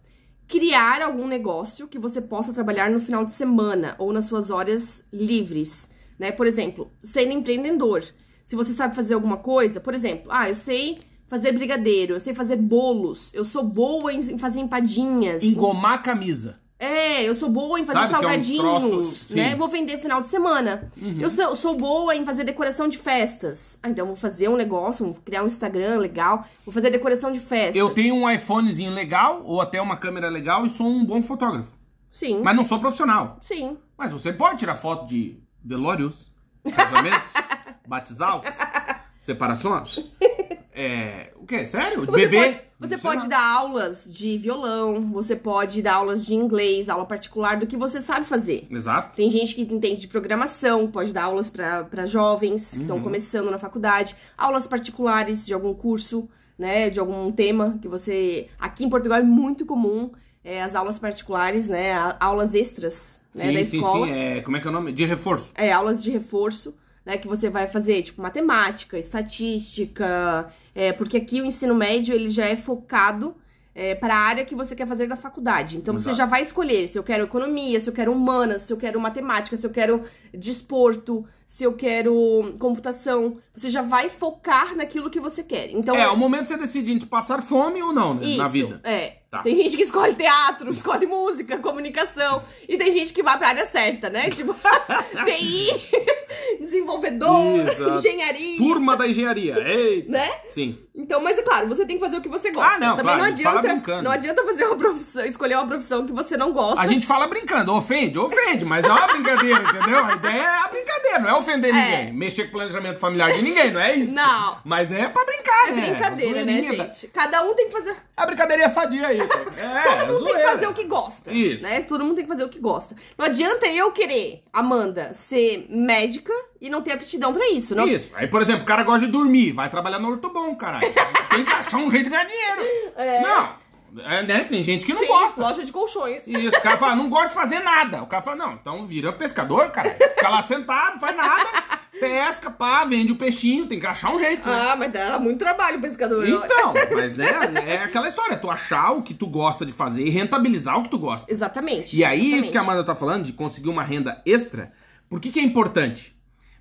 Speaker 3: criar algum negócio que você possa trabalhar no final de semana ou nas suas horas livres. Né? Por exemplo, sendo empreendedor. Se você sabe fazer alguma coisa, por exemplo, ah, eu sei fazer brigadeiro, eu sei fazer bolos, eu sou boa em em fazer empadinhas. em
Speaker 1: Engomar a camisa.
Speaker 3: é, eu sou boa em fazer
Speaker 1: Sabe que é um
Speaker 3: salgadinhos,
Speaker 1: troço-
Speaker 3: né?
Speaker 1: sim. Uhum.
Speaker 3: Vou vender final de semana. Eu sou, sou boa em fazer decoração de festas. Ah, então vou fazer um negócio, vou criar um Instagram legal, vou fazer decoração de festas.
Speaker 1: Eu tenho um iPhonezinho legal, ou até uma câmera legal, e sou um bom fotógrafo.
Speaker 3: Sim,
Speaker 1: Mas não sou profissional.
Speaker 3: sim.
Speaker 1: Mas você pode tirar foto de
Speaker 3: [laughs]
Speaker 1: velórios, casamentos, batizalcos, separações. É, o quê? Sério?
Speaker 3: Você
Speaker 1: Bebê?
Speaker 3: pode, você
Speaker 1: Sei
Speaker 3: pode
Speaker 1: lá.
Speaker 3: dar aulas de violão, você pode dar aulas de inglês, aula particular, do que você sabe fazer.
Speaker 1: Exato.
Speaker 3: Tem gente que entende de programação, pode dar aulas pra pra jovens que
Speaker 1: Uhum.
Speaker 3: estão começando na faculdade, aulas particulares de algum curso, né, de algum tema que você aqui em Portugal é muito comum é, as aulas particulares, né, a- aulas extras né,
Speaker 1: sim,
Speaker 3: da
Speaker 1: sim,
Speaker 3: escola,
Speaker 1: sim. É, como é que é o nome? De reforço.
Speaker 3: é aulas de reforço, né, que você vai fazer tipo matemática, estatística, é, porque aqui o ensino médio ele já é focado para a área que você quer fazer da faculdade. Então você
Speaker 1: Exato.
Speaker 3: já vai escolher se eu quero economia, se eu quero humanas, se eu quero matemática, se eu quero desporto, se eu quero computação. Você já vai focar naquilo que você quer. Então
Speaker 1: é, o momento que você decide entre passar fome ou não, né?
Speaker 3: isso,
Speaker 1: Na vida.
Speaker 3: é.
Speaker 1: Tá.
Speaker 3: Tem gente que escolhe teatro, escolhe música, comunicação. E tem gente que vai pra área certa,
Speaker 1: [laughs]
Speaker 3: né? Tipo, [laughs] TI, desenvolvedor,
Speaker 1: Exato.
Speaker 3: engenharia.
Speaker 1: Turma da engenharia. Ei!
Speaker 3: Né?
Speaker 1: Sim.
Speaker 3: Então, mas é claro, você tem que fazer o que você gosta.
Speaker 1: Ah, não,
Speaker 3: Também
Speaker 1: claro,
Speaker 3: não
Speaker 1: a gente fala
Speaker 3: adianta.
Speaker 1: brincando.
Speaker 3: Não adianta fazer uma profissão, escolher uma profissão que você não gosta.
Speaker 1: A gente fala brincando, ofende, ofende, mas é uma brincadeira, entendeu? A ideia é a brincadeira, não é
Speaker 3: É.
Speaker 1: ofender ninguém. Mexer com o planejamento familiar de ninguém, não é isso?
Speaker 3: Não.
Speaker 1: Mas é pra brincar,
Speaker 3: É
Speaker 1: né?
Speaker 3: brincadeira, né,
Speaker 1: Zoeirinha da-
Speaker 3: gente? Cada um tem que fazer.
Speaker 1: A brincadeira é sadia aí.
Speaker 3: [laughs]
Speaker 1: tá? É,
Speaker 3: Todo mundo tem que
Speaker 1: zoeira.
Speaker 3: fazer o que gosta.
Speaker 1: Isso.
Speaker 3: Né? Todo mundo tem que fazer o que gosta. Não adianta eu querer, Amanda, ser médica e não ter aptidão pra isso. Não,
Speaker 1: Isso. Aí, por exemplo, o cara gosta de dormir, vai trabalhar no ortobom, caralho. Tem que achar um jeito de ganhar dinheiro.
Speaker 3: [laughs] É.
Speaker 1: Não. É, né? Tem gente que não
Speaker 3: Sim,
Speaker 1: gosta.
Speaker 3: loja de colchões.
Speaker 1: Isso, o cara fala, não gosto de fazer nada. O cara fala, não, então vira pescador, cara. Fica lá sentado, faz nada, pesca, pá, vende o peixinho, tem que achar um jeito, né?
Speaker 3: Ah, mas dá muito trabalho, pescador.
Speaker 1: Então, mas né, é aquela história, tu achar o que tu gosta de fazer e rentabilizar o que tu gosta.
Speaker 3: Exatamente.
Speaker 1: E aí,
Speaker 3: exatamente.
Speaker 1: isso que a Amanda tá falando, de conseguir uma renda extra, por que que é importante?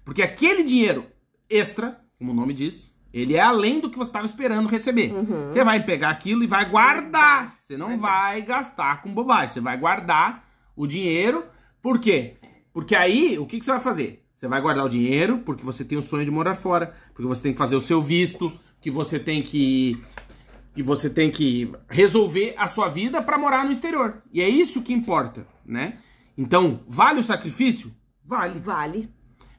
Speaker 1: Porque aquele dinheiro extra, como o nome diz, ele é além do que você estava esperando receber. Você vai pegar aquilo e vai guardar. Você não vai gastar com bobagem. Você vai guardar o dinheiro. Por quê? Porque aí, o que, que você vai fazer? Você vai guardar o dinheiro porque você tem o sonho de morar fora, porque você tem que fazer o seu visto, que você tem que que você tem que resolver a sua vida pra morar no exterior. E é isso que importa, né? Então, vale o sacrifício? Vale.
Speaker 3: Vale.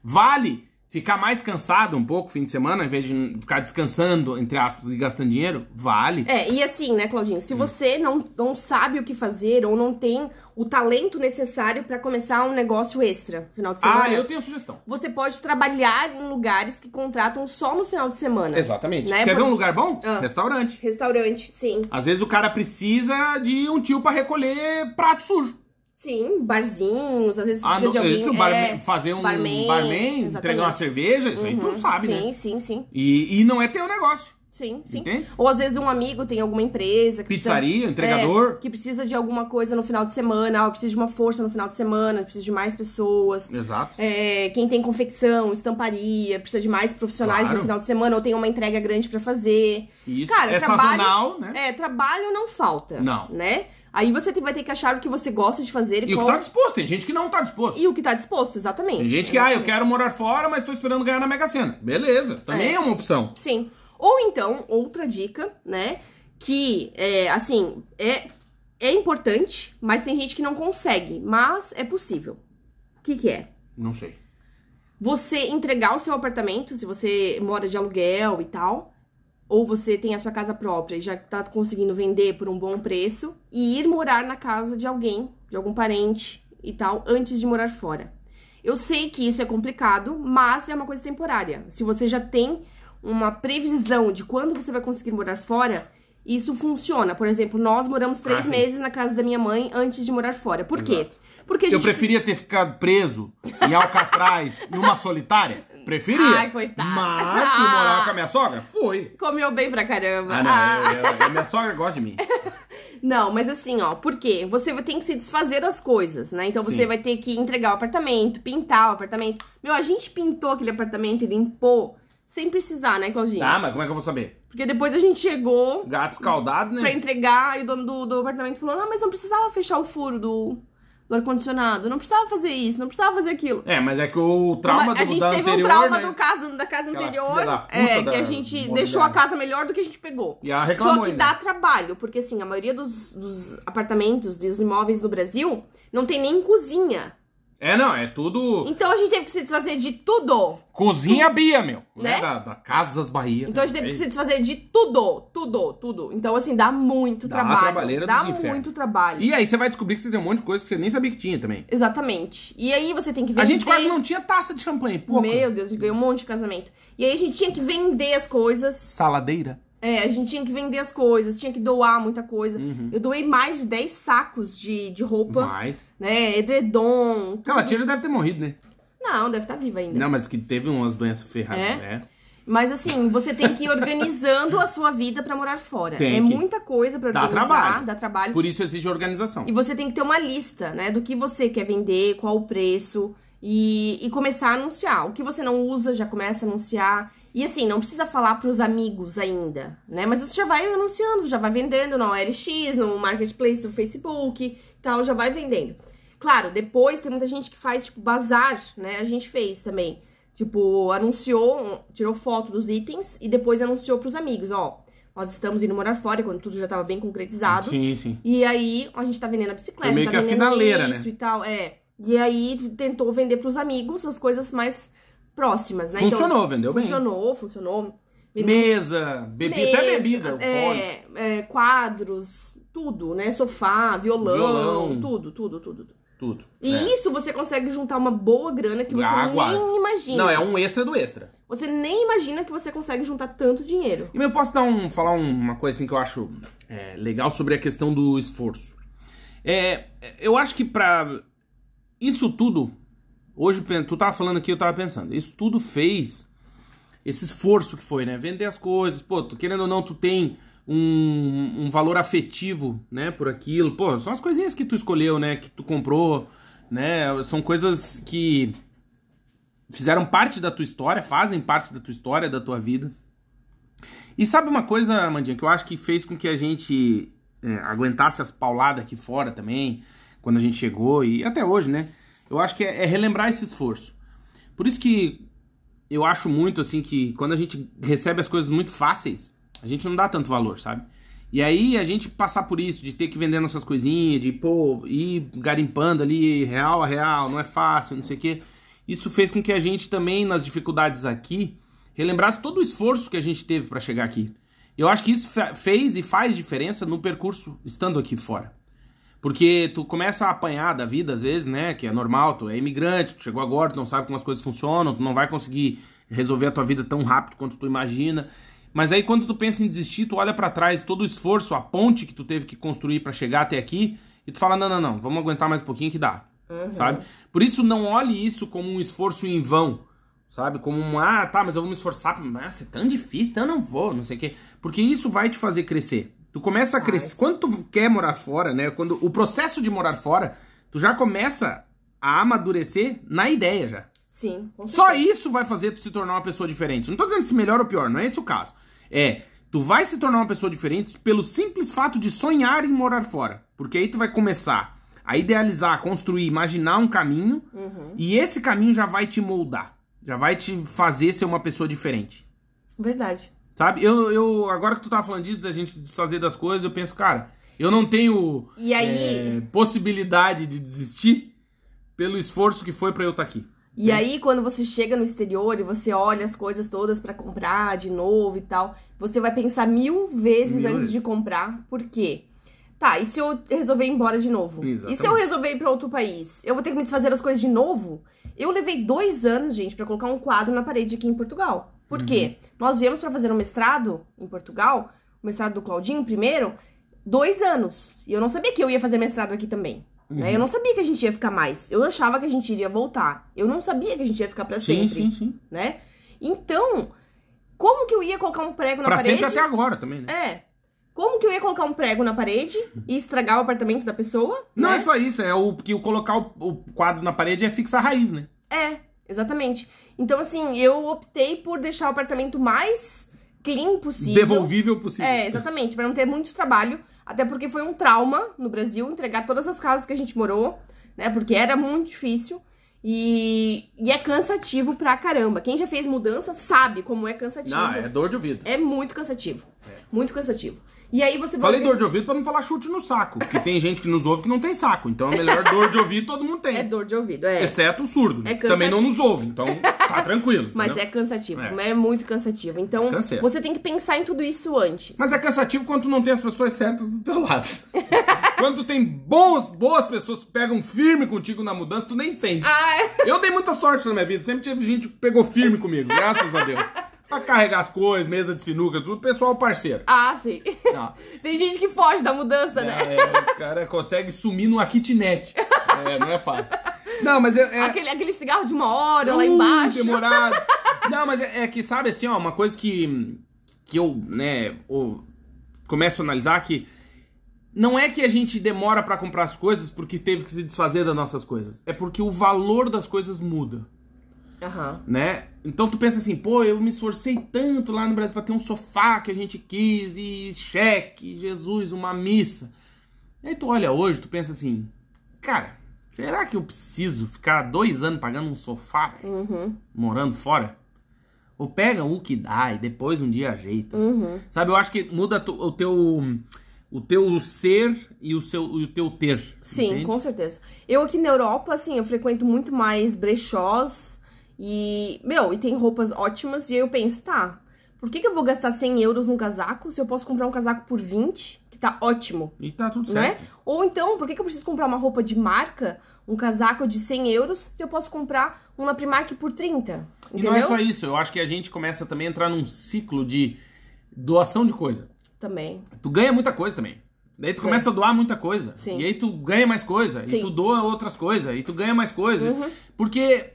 Speaker 1: Vale ficar mais cansado um pouco fim de semana, em vez de ficar descansando, entre aspas, e gastando dinheiro? Vale.
Speaker 3: É, e assim, né, Claudinho?
Speaker 1: Hum.
Speaker 3: Se você não, não sabe o que fazer ou não tem o talento necessário pra começar um negócio extra no final de semana,
Speaker 1: ah, eu tenho sugestão.
Speaker 3: você pode trabalhar em lugares que contratam só no final de semana.
Speaker 1: Exatamente.
Speaker 3: Né?
Speaker 1: Quer
Speaker 3: Por-
Speaker 1: ver um lugar bom?
Speaker 3: Ah.
Speaker 1: Restaurante.
Speaker 3: Restaurante, sim.
Speaker 1: Às vezes o cara precisa de um tio pra recolher prato sujo.
Speaker 3: Sim, barzinhos, às vezes
Speaker 1: Ah,
Speaker 3: precisa
Speaker 1: não,
Speaker 3: de alguém.
Speaker 1: isso,
Speaker 3: é,
Speaker 1: barman- fazer um barman,
Speaker 3: barman,
Speaker 1: entregar uma
Speaker 3: exatamente.
Speaker 1: cerveja, isso aí tu
Speaker 3: Uhum,
Speaker 1: sabe,
Speaker 3: sim,
Speaker 1: né?
Speaker 3: Sim, sim,
Speaker 1: E, e não é teu negócio.
Speaker 3: sim. Sim,
Speaker 1: Entende?
Speaker 3: Ou às vezes um amigo tem alguma empresa. Que precisa-
Speaker 1: Pizzaria, entregador.
Speaker 3: é, que precisa de alguma coisa no final de semana, ah, precisa de uma força no final de semana, precisa de mais pessoas.
Speaker 1: Exato.
Speaker 3: É, quem tem confecção, estamparia, precisa de mais profissionais
Speaker 1: Claro.
Speaker 3: no final de semana ou tem uma entrega grande pra fazer.
Speaker 1: Isso.
Speaker 3: Cara,
Speaker 1: é
Speaker 3: trabalho-
Speaker 1: sazonal, né?
Speaker 3: É, trabalho não falta.
Speaker 1: Não.
Speaker 3: Né? Aí você te- vai ter que achar o que você gosta de fazer e,
Speaker 1: E o que
Speaker 3: qual...
Speaker 1: tá disposto, tem gente que não tá disposto.
Speaker 3: e o que tá disposto, exatamente.
Speaker 1: Tem gente que, ah, eu quero morar fora, mas tô esperando ganhar na Mega Sena. Beleza, também
Speaker 3: É.
Speaker 1: é, uma opção.
Speaker 3: Sim. Ou então, outra dica, né? Que, é, assim, é, é importante, mas tem gente que não consegue. Mas é possível. O que, que é?
Speaker 1: Não sei.
Speaker 3: Você entregar o seu apartamento, se você mora de aluguel e tal, ou você tem a sua casa própria e já tá conseguindo vender por um bom preço, e ir morar na casa de alguém, de algum parente e tal, antes de morar fora. Eu sei que isso é complicado, mas é uma coisa temporária. Se você já tem uma previsão de quando você vai conseguir morar fora, isso funciona. Por exemplo, nós moramos três
Speaker 1: Ah, sim.
Speaker 3: meses na casa da minha mãe antes de morar fora. Por quê? Porque a gente
Speaker 1: Eu preferia ter ficado preso em Alcatraz, [laughs] numa solitária? Preferia.
Speaker 3: Ai, coitado. Ah.
Speaker 1: Mas se eu morava com a minha sogra? Foi.
Speaker 3: comeu bem pra caramba.
Speaker 1: Ah, não, eu- eu- a minha sogra gosta
Speaker 3: [laughs]
Speaker 1: de mim.
Speaker 3: Não, mas assim, ó, por quê? Você vai- tem que se desfazer das coisas, né? Então você
Speaker 1: Sim.
Speaker 3: vai ter que entregar o apartamento, pintar o apartamento. Meu, a gente pintou aquele apartamento e limpou sem precisar, né, Claudinha?
Speaker 1: Tá, mas como é que eu vou saber?
Speaker 3: Porque depois a gente chegou
Speaker 1: Gato escaldado, né?
Speaker 3: pra entregar e o dono do, do apartamento falou: não, mas não precisava fechar o furo do, do ar-condicionado, não precisava fazer isso, não precisava fazer aquilo.
Speaker 1: É, mas é que o trauma
Speaker 3: Mas
Speaker 1: do
Speaker 3: a gente
Speaker 1: da
Speaker 3: teve
Speaker 1: anterior,
Speaker 3: um trauma
Speaker 1: né?
Speaker 3: do caso, da casa
Speaker 1: Aquela
Speaker 3: anterior,
Speaker 1: filha da puta
Speaker 3: é,
Speaker 1: da
Speaker 3: que a gente
Speaker 1: imobiliária.
Speaker 3: deixou a casa melhor do que a gente pegou.
Speaker 1: E ela
Speaker 3: Só
Speaker 1: reclamou
Speaker 3: que
Speaker 1: ainda.
Speaker 3: dá trabalho, porque assim, a maioria dos, dos apartamentos, dos imóveis no Brasil, não tem nem cozinha.
Speaker 1: É, não, é tudo.
Speaker 3: Então a gente teve que se desfazer de tudo.
Speaker 1: Cozinha Bia, meu.
Speaker 3: Né?
Speaker 1: Da, da Casas Bahia.
Speaker 3: Então a gente teve que se desfazer de tudo, tudo, tudo. Então, assim, dá muito
Speaker 1: Dá uma
Speaker 3: trabalho.
Speaker 1: trabalheira
Speaker 3: Dá
Speaker 1: dos infernos.
Speaker 3: muito trabalho.
Speaker 1: E aí você vai descobrir que você tem um monte de coisa que você nem sabia que tinha também.
Speaker 3: Exatamente. E aí você tem que vender.
Speaker 1: A gente quase não tinha taça de champanhe, pô.
Speaker 3: Meu Deus, a gente ganhou um monte de casamento. E aí a gente tinha que vender as coisas.
Speaker 1: Saladeira.
Speaker 3: É, a gente tinha que vender as coisas, tinha que doar muita coisa.
Speaker 1: Uhum.
Speaker 3: Eu doei mais de 10 sacos de, de roupa,
Speaker 1: Mas.
Speaker 3: né? Edredom. tudo.
Speaker 1: Aquela tia já deve ter morrido, né?
Speaker 3: Não, deve estar viva ainda.
Speaker 1: Não, mas que teve umas doenças ferradas,
Speaker 3: É?
Speaker 1: né?
Speaker 3: Mas assim, você tem que ir organizando a sua vida pra morar fora.
Speaker 1: Tem
Speaker 3: é
Speaker 1: que.
Speaker 3: muita coisa pra
Speaker 1: Dá
Speaker 3: organizar,
Speaker 1: trabalho.
Speaker 3: dá trabalho.
Speaker 1: Por isso exige organização.
Speaker 3: E você tem que ter uma lista, né, do que você quer vender, qual o preço e, e começar a anunciar. O que você não usa, já começa a anunciar. E assim, não precisa falar pros amigos ainda, né? Mas você já vai anunciando, já vai vendendo na OLX, no marketplace do Facebook e tal, já vai vendendo. Claro, depois tem muita gente que faz, tipo, bazar, né? A gente fez também. Tipo, anunciou, tirou foto dos itens e depois anunciou pros amigos, ó. Nós estamos indo morar fora, quando tudo já tava bem concretizado.
Speaker 1: Sim, sim.
Speaker 3: E aí, a gente tá vendendo a bicicleta,
Speaker 1: Foi meio
Speaker 3: tá
Speaker 1: que a
Speaker 3: vendendo
Speaker 1: finaleira, né?
Speaker 3: isso e tal, é. E aí, tentou vender pros amigos as coisas mais próximas, né?
Speaker 1: Funcionou, vendeu
Speaker 3: Então,
Speaker 1: bem.
Speaker 3: funcionou, funcionou.
Speaker 1: Mesa, bebida, até bebida, alcoólica.
Speaker 3: é, é, quadros, tudo, né? Sofá, violão,
Speaker 1: Violão.
Speaker 3: tudo, tudo, tudo. tudo.
Speaker 1: tudo.
Speaker 3: E
Speaker 1: É.
Speaker 3: isso você consegue juntar uma boa grana que você
Speaker 1: Água.
Speaker 3: nem imagina.
Speaker 1: Não, é um extra do extra.
Speaker 3: Você nem imagina que você consegue juntar tanto dinheiro.
Speaker 1: E meu, eu posso dar um, falar um- uma coisa assim que eu acho é, legal sobre a questão do esforço. É, eu acho que pra isso tudo, hoje pen- tu tava falando aqui, eu tava pensando, isso tudo fez esse esforço que foi, né? Vender as coisas, pô, tu, querendo ou não, tu tem um, um valor afetivo, né, por aquilo. Pô, são as coisinhas que tu escolheu, né, que tu comprou, né? São coisas que fizeram parte da tua história, fazem parte da tua história, da tua vida. E sabe uma coisa, Amandinha, que eu acho que fez com que a gente é, aguentasse as pauladas aqui fora também, quando a gente chegou e até hoje, né? Eu acho que é, é relembrar esse esforço. Por isso que eu acho muito, assim, que quando a gente recebe as coisas muito fáceis, a gente não dá tanto valor, sabe? E aí a gente passar por isso, de ter que vender nossas coisinhas, de, pô, ir garimpando ali, real a real, não é fácil, não sei o quê. Isso fez com que a gente também, nas dificuldades aqui, relembrasse todo o esforço que a gente teve pra chegar aqui. Eu acho que isso fe- fez e faz diferença no percurso estando aqui fora. Porque tu começa a apanhar da vida, às vezes, né? Que é normal, tu é imigrante, tu chegou agora, tu não sabe como as coisas funcionam, tu não vai conseguir resolver a tua vida tão rápido quanto tu imagina. Mas aí quando tu pensa em desistir, tu olha pra trás todo o esforço, a ponte que tu teve que construir pra chegar até aqui, e tu fala: "Não, não, não, vamos aguentar mais um pouquinho que dá".
Speaker 3: Uhum.
Speaker 1: Sabe? Por isso não olhe isso como um esforço em vão. Sabe? Como um, ah, tá, mas eu vou me esforçar. Nossa, é tão difícil, então eu não vou, não sei o quê. Porque isso vai te fazer crescer. Tu começa a crescer. Quando tu quer morar fora, né? Quando o processo de morar fora, tu já começa a amadurecer na ideia já.
Speaker 3: Sim, com
Speaker 1: Só
Speaker 3: certeza.
Speaker 1: isso vai fazer tu se tornar uma pessoa diferente. Não tô dizendo se melhor ou pior, não é esse o caso. É, tu vai se tornar uma pessoa diferente pelo simples fato de sonhar em morar fora. Porque aí tu vai começar a idealizar, a construir, imaginar um caminho.
Speaker 3: Uhum.
Speaker 1: E esse caminho já vai te moldar. Já vai te fazer ser uma pessoa diferente.
Speaker 3: Verdade.
Speaker 1: Sabe? Eu, eu agora que tu tava falando disso, da gente desfazer das coisas, eu penso, cara, eu não tenho
Speaker 3: E aí-
Speaker 1: é, possibilidade de desistir pelo esforço que foi pra eu estar aqui.
Speaker 3: E aí, quando você chega no exterior e você olha as coisas todas pra comprar de novo e tal, você vai pensar mil vezes
Speaker 1: Mil
Speaker 3: antes
Speaker 1: vezes.
Speaker 3: de comprar, por quê? Tá, e se eu resolver ir embora de novo? E se eu
Speaker 1: Exatamente.
Speaker 3: resolver ir pra outro país? Eu vou ter que me desfazer das coisas de novo? Eu levei dois anos, gente, pra colocar um quadro na parede aqui em Portugal. Por quê?
Speaker 1: Uhum.
Speaker 3: Nós viemos pra fazer um mestrado em Portugal, o mestrado do Claudinho primeiro, dois anos. E eu não sabia que eu ia fazer mestrado aqui também.
Speaker 1: Uhum.
Speaker 3: né? Eu não sabia que a gente ia ficar mais. Eu achava que a gente iria voltar. Eu não sabia que a gente ia ficar pra
Speaker 1: Sim,
Speaker 3: sempre,
Speaker 1: sim, sim.
Speaker 3: né? Então, como que eu ia colocar um prego na
Speaker 1: Pra
Speaker 3: parede?
Speaker 1: sempre até agora também, né?
Speaker 3: É. Como que eu ia colocar um prego na parede e estragar o apartamento da pessoa?
Speaker 1: Não
Speaker 3: né?
Speaker 1: é só isso, é o que o colocar o, o quadro na parede é fixar a raiz, né?
Speaker 3: É, exatamente. Então, assim, eu optei por deixar o apartamento mais clean possível.
Speaker 1: Devolvível possível.
Speaker 3: É, exatamente, pra não ter muito trabalho. Até porque foi um trauma no Brasil entregar todas as casas que a gente morou, né? Porque era muito difícil. E, e é cansativo pra caramba. Quem já fez mudança sabe como é cansativo.
Speaker 1: Não, é dor de ouvido.
Speaker 3: É muito cansativo. Muito cansativo. E aí você
Speaker 1: Falei
Speaker 3: volta-
Speaker 1: dor de ouvido pra não falar chute no saco. Porque tem gente que nos ouve que não tem saco. Então
Speaker 3: [laughs]
Speaker 1: é melhor dor de ouvido todo mundo tem.
Speaker 3: É dor de ouvido, é.
Speaker 1: Exceto o surdo. né?
Speaker 3: É
Speaker 1: que também não
Speaker 3: cansativo.
Speaker 1: nos ouve. Então
Speaker 3: [laughs]
Speaker 1: tá tranquilo.
Speaker 3: Mas
Speaker 1: entendeu?
Speaker 3: é cansativo,
Speaker 1: É.
Speaker 3: mas é muito cansativo. Então,
Speaker 1: É canseira.
Speaker 3: você tem que pensar em tudo isso antes.
Speaker 1: Mas é cansativo quando tu não tem as pessoas certas do teu
Speaker 3: [laughs]
Speaker 1: lado. quando tu tem bons, boas pessoas que pegam firme contigo na mudança, tu nem sente.
Speaker 3: Ah, [laughs] é.
Speaker 1: Eu dei muita sorte na minha vida. Sempre tive gente que pegou firme comigo, graças a Deus. Pra carregar as coisas, mesa de sinuca, tudo, pessoal parceiro.
Speaker 3: ah, sim. [laughs]
Speaker 1: Não.
Speaker 3: Tem gente que foge da mudança, né?
Speaker 1: É, o cara consegue sumir numa kitnet. É, não é fácil. Não, mas é. é-
Speaker 3: Aquele, aquele cigarro de uma hora lá
Speaker 1: Uh,
Speaker 3: embaixo.
Speaker 1: Demorado. Não, mas é, é que, sabe, assim, ó, uma coisa que, que eu, né, eu começo a analisar que não é que a gente demora pra comprar as coisas porque teve que se desfazer das nossas coisas. É porque o valor das coisas muda
Speaker 3: Aham.
Speaker 1: né? Então tu pensa assim, pô, eu me esforcei tanto lá no Brasil pra ter um sofá que a gente quis, e cheque, e Jesus, uma missa. Aí tu olha hoje, tu pensa assim, cara, será que eu preciso ficar dois anos pagando um sofá,
Speaker 3: Uhum,
Speaker 1: morando fora? Ou pega o que dá e depois um dia ajeita.
Speaker 3: uhum.
Speaker 1: Sabe, eu acho que muda tu- o teu o teu ser e o seu e o teu ter.
Speaker 3: Sim,
Speaker 1: entende?
Speaker 3: com certeza. Eu aqui na Europa, assim, eu frequento muito mais brechós e, meu, e tem roupas ótimas. E aí eu penso, tá, por que, que eu vou gastar 100 euros num casaco se eu posso comprar um casaco por 20, que tá ótimo,
Speaker 1: E tá tudo
Speaker 3: não é?
Speaker 1: certo.
Speaker 3: Ou então, por que, que eu preciso comprar uma roupa de marca, um casaco de 100 euros, se eu posso comprar um na Primark por 30?
Speaker 1: E
Speaker 3: Entendeu?
Speaker 1: não é só isso, eu acho que a gente começa também a entrar num ciclo de doação de coisa.
Speaker 3: Também.
Speaker 1: Tu ganha muita coisa também. Daí tu começa a doar muita coisa.
Speaker 3: Sim.
Speaker 1: E aí tu ganha mais coisa. E
Speaker 3: Sim.
Speaker 1: tu doa outras coisas. E tu ganha mais coisa.
Speaker 3: Uhum.
Speaker 1: Porque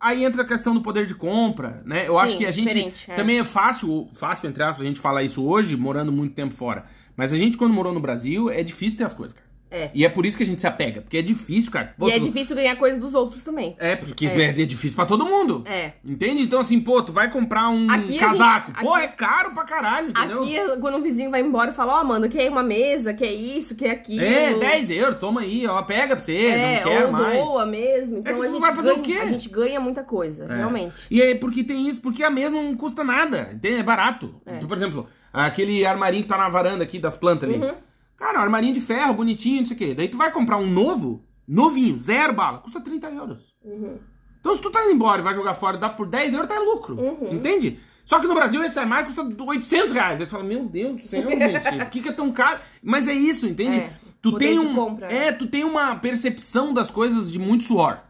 Speaker 1: aí entra a questão do poder de compra, né? Eu
Speaker 3: Sim,
Speaker 1: acho que a gente.
Speaker 3: diferente, é.
Speaker 1: Também é fácil, fácil, entre aspas, a gente falar isso hoje, morando muito tempo fora. Mas a gente, quando morou no Brasil, é difícil ter as coisas, cara.
Speaker 3: É.
Speaker 1: E é por isso que a gente se apega. Porque é difícil, cara. Pô,
Speaker 3: e é
Speaker 1: tu-
Speaker 3: difícil ganhar coisa dos outros também.
Speaker 1: É, porque é, é difícil pra todo mundo.
Speaker 3: É.
Speaker 1: Entende? Então, assim, pô, tu vai comprar um
Speaker 3: Aqui a
Speaker 1: casaco.
Speaker 3: gente-
Speaker 1: Pô,
Speaker 3: aqui-
Speaker 1: é caro pra caralho, entendeu?
Speaker 3: Aqui, quando um vizinho vai embora, fala, ó, Amanda, quer uma mesa, quer isso, quer aquilo.
Speaker 1: É, 10 euros, toma aí, ó, pega pra você,
Speaker 3: É,
Speaker 1: não quero
Speaker 3: ou
Speaker 1: mais. É
Speaker 3: doa mesmo. Então
Speaker 1: que
Speaker 3: a
Speaker 1: tu
Speaker 3: gente
Speaker 1: vai fazer o
Speaker 3: ganha,
Speaker 1: quê?
Speaker 3: A gente ganha muita coisa,
Speaker 1: É.
Speaker 3: realmente.
Speaker 1: E aí, porque tem isso, porque a mesma não custa nada, entende? É barato.
Speaker 3: É.
Speaker 1: Tu, por exemplo, aquele armarinho que tá na varanda aqui das plantas ali.
Speaker 3: Uhum.
Speaker 1: Cara, um armarinho de ferro, bonitinho, não sei o quê. Daí tu vai comprar um novo, novinho, zero bala, custa 30 euros.
Speaker 3: Uhum.
Speaker 1: Então se tu tá indo embora e vai jogar fora e dá por 10 euros, tá em lucro,
Speaker 3: Uhum.
Speaker 1: entende? Só que no Brasil esse armário custa 800 reais. Aí tu fala, meu Deus
Speaker 3: [laughs]
Speaker 1: do céu, gente, por que, que é tão caro? Mas é isso, entende?
Speaker 3: É,
Speaker 1: tu
Speaker 3: poder
Speaker 1: tem
Speaker 3: de
Speaker 1: um,
Speaker 3: compra, né?
Speaker 1: É, tu tem uma percepção das coisas de muito suor.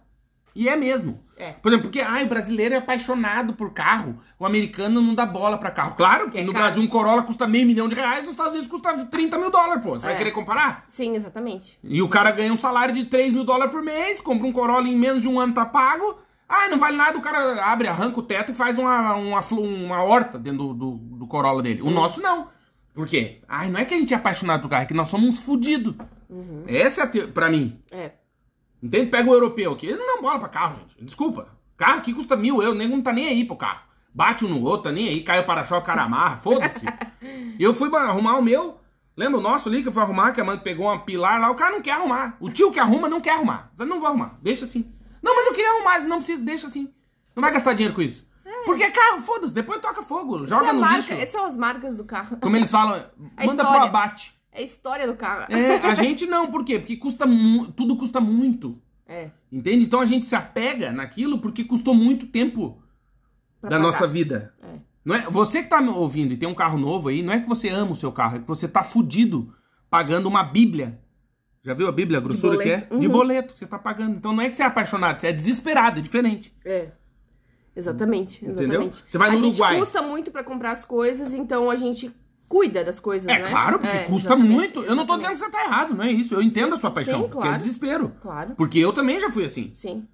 Speaker 1: E é mesmo.
Speaker 3: É.
Speaker 1: Por exemplo, porque ai, o brasileiro é apaixonado por carro, o americano não dá bola pra carro. Claro, porque
Speaker 3: É
Speaker 1: no
Speaker 3: caro.
Speaker 1: Brasil um Corolla custa meio milhão de reais, nos Estados Unidos custa 30 mil dólares, pô. Você vai
Speaker 3: É.
Speaker 1: querer comparar?
Speaker 3: Sim, exatamente.
Speaker 1: E o cara ganha um salário de 3 mil dólares por mês, compra um Corolla em menos de um ano, tá pago. Ah, não vale nada, o cara abre, arranca o teto e faz uma, uma, flu- uma horta dentro do, do, do Corolla dele.
Speaker 3: Uhum.
Speaker 1: O nosso não. Por quê? Ai, não é que a gente é apaixonado por carro, é que nós somos uns fudidos.
Speaker 3: Uhum.
Speaker 1: Essa é a te... pra mim.
Speaker 3: É.
Speaker 1: Entende? Pega o europeu aqui. Eles não dão bola pra carro, gente. Desculpa. Carro aqui custa mil euros, o nego não tá nem aí pro carro. Bate um no outro, tá nem aí, cai o para-choque, o cara amarra,
Speaker 3: [laughs]
Speaker 1: foda-se. eu fui ba- arrumar o meu. Lembra o nosso ali que eu fui arrumar, que a Amanda pegou uma pilar lá, o cara não quer arrumar. O tio que arruma não quer arrumar. Eu falei, não vou arrumar, deixa assim. Não, mas eu queria arrumar, mas não precisa, deixa assim. Não vai gastar dinheiro com isso. Porque é carro, foda-se, depois toca fogo, joga
Speaker 3: Essa é a
Speaker 1: no
Speaker 3: marca-
Speaker 1: lixo.
Speaker 3: Essas são as marcas do carro.
Speaker 1: Como eles falam,
Speaker 3: A
Speaker 1: manda pro
Speaker 3: história.
Speaker 1: abate.
Speaker 3: [laughs] É a história do carro.
Speaker 1: É, a gente não, por quê? Porque custa mu- tudo custa muito.
Speaker 3: É,
Speaker 1: Entende? Então a gente se apega naquilo porque custou muito tempo
Speaker 3: pra
Speaker 1: da
Speaker 3: pagar.
Speaker 1: nossa vida.
Speaker 3: É.
Speaker 1: Não é, você que tá me ouvindo e tem um carro novo aí, não é que você ama o seu carro, é que você tá fudido pagando uma bíblia. Já viu a bíblia, a grossura que é?
Speaker 3: boleto.
Speaker 1: De
Speaker 3: Uhum.
Speaker 1: boleto que você tá pagando. Então não é que você é apaixonado, você é desesperado, é diferente.
Speaker 3: É. Exatamente, exatamente.
Speaker 1: Entendeu? Você vai no
Speaker 3: a
Speaker 1: Uruguai.
Speaker 3: gente custa muito pra comprar as coisas, então a gente cuida das coisas,
Speaker 1: É
Speaker 3: né?
Speaker 1: claro, porque
Speaker 3: É,
Speaker 1: custa
Speaker 3: exatamente,
Speaker 1: muito. Eu não tô dizendo
Speaker 3: exatamente.
Speaker 1: que você tá errado, não é isso. Eu entendo a sua paixão,
Speaker 3: Sim,
Speaker 1: porque é
Speaker 3: claro.
Speaker 1: desespero.
Speaker 3: Claro.
Speaker 1: Porque eu também já fui assim.
Speaker 3: Sim.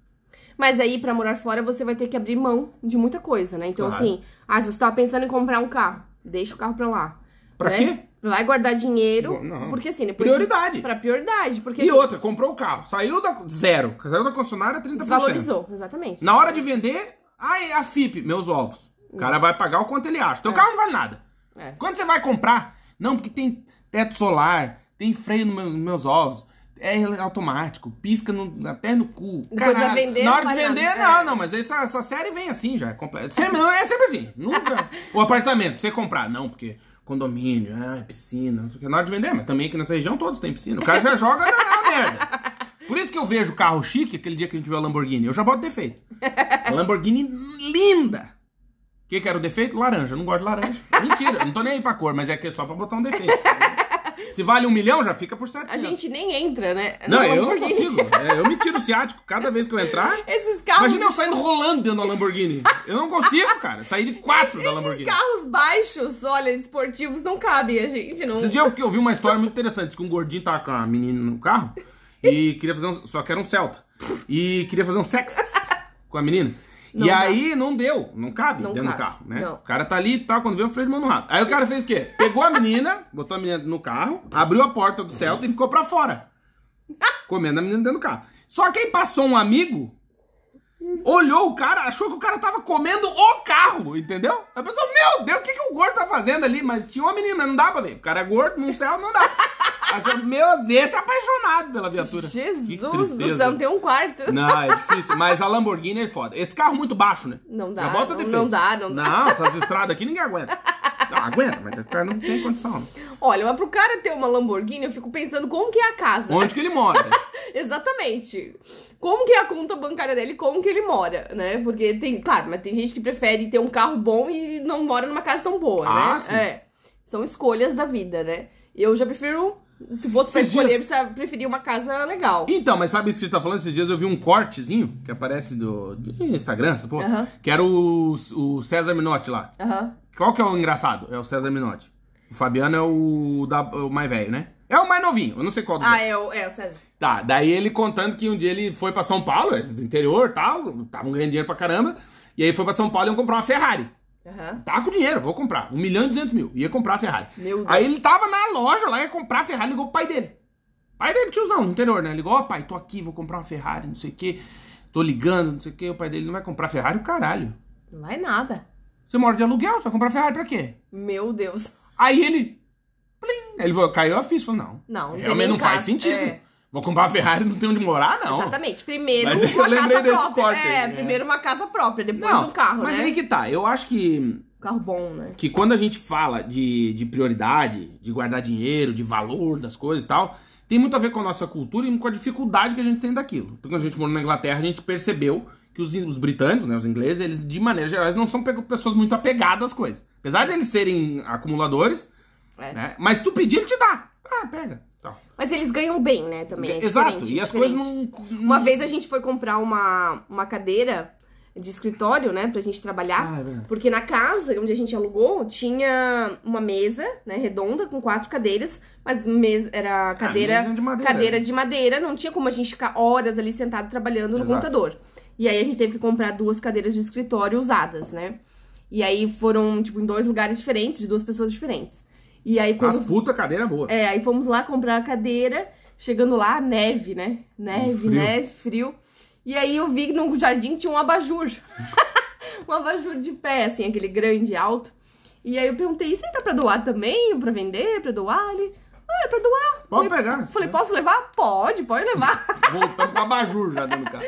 Speaker 3: Mas aí, pra morar fora, você vai ter que abrir mão de muita coisa, né? Então,
Speaker 1: Claro.
Speaker 3: assim, ah, se você tava pensando em comprar um carro, deixa o carro pra lá.
Speaker 1: Pra
Speaker 3: né?
Speaker 1: quê?
Speaker 3: Vai guardar dinheiro.
Speaker 1: Bom, não.
Speaker 3: Porque assim, depois.
Speaker 1: Prioridade.
Speaker 3: Pra prioridade. Porque
Speaker 1: E
Speaker 3: assim,
Speaker 1: outra, comprou o carro, saiu da zero, saiu da concessionária 30%.
Speaker 3: desvalorizou, exatamente.
Speaker 1: Na hora de vender, ai, a FIP, meus ovos. O cara vai pagar o quanto ele acha. Teu carro não vale nada.
Speaker 3: É.
Speaker 1: Quando você vai comprar, não, porque tem teto solar, tem freio no meu- nos meus ovos, é automático, pisca no- até no cu.
Speaker 3: Depois
Speaker 1: Caralho.
Speaker 3: vai vender,
Speaker 1: Na hora
Speaker 3: não
Speaker 1: de
Speaker 3: vale
Speaker 1: vender,
Speaker 3: nada.
Speaker 1: não,
Speaker 3: É.
Speaker 1: não, mas essa,
Speaker 3: [laughs]
Speaker 1: é essa série vem assim já, é completa. Sempre, não, é sempre assim. Nunca. o apartamento, pra você comprar, não, porque condomínio, ah, piscina, não sei o que. Na hora de vender, mas também aqui nessa região todos têm piscina. O cara já joga na, na merda. Por isso que eu vejo carro chique, aquele dia que a gente viu a Lamborghini, eu já
Speaker 3: [laughs]
Speaker 1: boto defeito. A Lamborghini linda. O que, que era o defeito? Laranja. Eu Não gosto de laranja. Mentira, eu não tô nem aí pra cor, mas é que é só pra botar um defeito. Se vale um milhão, já fica por
Speaker 3: A
Speaker 1: 700.
Speaker 3: gente nem entra, né?
Speaker 1: Não,
Speaker 3: Na
Speaker 1: eu não
Speaker 3: Lamborghini.
Speaker 1: consigo. É, eu me tiro o ciático cada vez que eu entrar.
Speaker 3: [laughs] Esses carros.
Speaker 1: Imagina eu saindo rolando dentro da Lamborghini. Eu não consigo, cara. Saí de quatro da
Speaker 3: Esses
Speaker 1: Lamborghini.
Speaker 3: carros baixos, olha, esportivos, não cabem a gente, não.
Speaker 1: Esses dias eu, fiquei- eu vi uma história muito interessante. Que um gordinho tava com a menina no carro e queria fazer um. Só que era um Celta. E queria fazer um sexo com a menina.
Speaker 3: Não
Speaker 1: e
Speaker 3: dá.
Speaker 1: aí não deu, não cabe
Speaker 3: Não
Speaker 1: dentro do
Speaker 3: cabe,
Speaker 1: carro, né?
Speaker 3: não.
Speaker 1: O cara tá ali e tal, quando vê o freio de mão no rato. Aí o cara fez o quê? Pegou a menina, botou a menina no carro, abriu a porta do Celta e ficou pra fora. Comendo a menina dentro do carro. Só que aí passou um amigo, olhou o cara, achou que o cara tava comendo o carro, entendeu? A pessoa, meu Deus, o que, que o gordo tá fazendo ali? Mas tinha uma menina, não dá pra ver. O cara é gordo, não
Speaker 3: [laughs]
Speaker 1: céu, não dá. Achou, meu Deus, é apaixonado pela viatura. Que
Speaker 3: Jesus do
Speaker 1: tristeza.
Speaker 3: céu, não tem um quarto.
Speaker 1: Não, é difícil. Mas a Lamborghini é foda. Esse carro muito baixo, né?
Speaker 3: Não dá,
Speaker 1: Já bota
Speaker 3: não-
Speaker 1: defeito.
Speaker 3: não dá, não dá.
Speaker 1: Não, essas estradas aqui ninguém aguenta. Não, aguenta, mas o cara não tem condição. não.
Speaker 3: Olha, mas pro cara ter uma Lamborghini, eu fico pensando como que é a casa.
Speaker 1: Onde que ele mora?
Speaker 3: [laughs] Exatamente. Como que é a conta bancária dele, como que ele mora, né? Porque tem, claro, mas tem gente que prefere ter um carro bom e não mora numa casa tão boa,
Speaker 1: Ah,
Speaker 3: né?
Speaker 1: sim.
Speaker 3: É. São escolhas da vida, né? Eu já prefiro, se fosse pra
Speaker 1: Esses
Speaker 3: escolher,
Speaker 1: dias-
Speaker 3: eu preferia uma casa legal.
Speaker 1: Então, mas sabe isso que você tá falando? Esses dias eu vi um cortezinho que aparece do, do Instagram, essa porra,
Speaker 3: Aham.
Speaker 1: que era o, o César Minotti lá.
Speaker 3: Aham.
Speaker 1: Qual que é o engraçado? É o César Minotti. O Fabiano é o, da, o mais velho, né? É o mais novinho, eu não sei qual dos
Speaker 3: Ah, é, o- é, o César.
Speaker 1: Tá, daí ele contando que um dia ele foi pra São Paulo, eles do interior e tal, estavam ganhando dinheiro pra caramba, e aí foi pra São Paulo e iam comprar uma Ferrari.
Speaker 3: Aham.
Speaker 1: Tá com dinheiro, vou comprar. 1 milhão e 200 mil, ia comprar a Ferrari.
Speaker 3: Meu Deus.
Speaker 1: Aí ele tava na loja lá, ia comprar a Ferrari, ligou pro pai dele. Pai dele, tiozão, no interior, né? Ligou, ó pai, tô aqui, vou comprar uma Ferrari, não sei o quê, tô ligando, não sei o quê. O pai dele não vai comprar Ferrari, o caralho.
Speaker 3: Não vai nada.
Speaker 1: Você mora de aluguel, você vai comprar Ferrari pra quê?
Speaker 3: Meu Deus.
Speaker 1: Aí ele. Plim, ele falou, caiu a ficha. Falou, não.
Speaker 3: Não, não tem
Speaker 1: Realmente
Speaker 3: nem
Speaker 1: não faz
Speaker 3: caso,
Speaker 1: sentido.
Speaker 3: é.
Speaker 1: Vou comprar uma Ferrari não tem onde morar, não.
Speaker 3: Exatamente. Primeiro
Speaker 1: Mas eu
Speaker 3: uma
Speaker 1: lembrei
Speaker 3: casa
Speaker 1: desse
Speaker 3: própria.
Speaker 1: corte aí,
Speaker 3: é,
Speaker 1: né?
Speaker 3: primeiro uma casa própria, depois
Speaker 1: Não,
Speaker 3: um carro,
Speaker 1: mas
Speaker 3: né?
Speaker 1: aí que tá. Eu acho que,
Speaker 3: Carro bom, né?
Speaker 1: que quando a gente fala de, de prioridade, de guardar dinheiro, de valor das coisas e tal, tem muito a ver com a nossa cultura e com a dificuldade que a gente tem daquilo. Porque quando a gente morou na Inglaterra, a gente percebeu que os, os britânicos, né, os ingleses, eles, de maneira geral, eles não são pego- pessoas muito apegadas às coisas. Apesar de eles serem acumuladores,
Speaker 3: É.
Speaker 1: né, mas se tu pedir, ele te dá. Ah, pega. Tal.
Speaker 3: Mas eles ganham bem, né, também. é
Speaker 1: Exato,
Speaker 3: diferente,
Speaker 1: e as
Speaker 3: diferente.
Speaker 1: coisas não.
Speaker 3: Uma vez a gente foi comprar uma, uma cadeira de escritório, né, pra gente trabalhar.
Speaker 1: Ah, é verdade.
Speaker 3: porque na casa onde a gente alugou tinha uma mesa, né, redonda, com quatro cadeiras, mas mes- era cadeira,
Speaker 1: mesa Ah, é de madeira.
Speaker 3: cadeira de madeira, não tinha como a gente ficar horas ali sentado trabalhando no
Speaker 1: Exato.
Speaker 3: computador. E aí a gente teve que comprar duas cadeiras de escritório usadas, né? E aí foram, tipo, em dois lugares diferentes, de duas pessoas diferentes. E aí quando
Speaker 1: As puta cadeira boa.
Speaker 3: é, aí fomos lá comprar a cadeira. Chegando lá, neve, né? Neve,
Speaker 1: Um Frio.
Speaker 3: neve, frio. E aí eu vi que no jardim tinha um abajur. [laughs] um abajur de pé, assim, aquele grande, alto. E aí eu perguntei, isso aí tá pra doar também? Pra vender? Pra doar? Ele, ah, é pra doar.
Speaker 1: Pode
Speaker 3: falei,
Speaker 1: pegar.
Speaker 3: falei, posso levar? Pode, pode levar.
Speaker 1: [laughs] Voltamos com abajur já dentro do carro.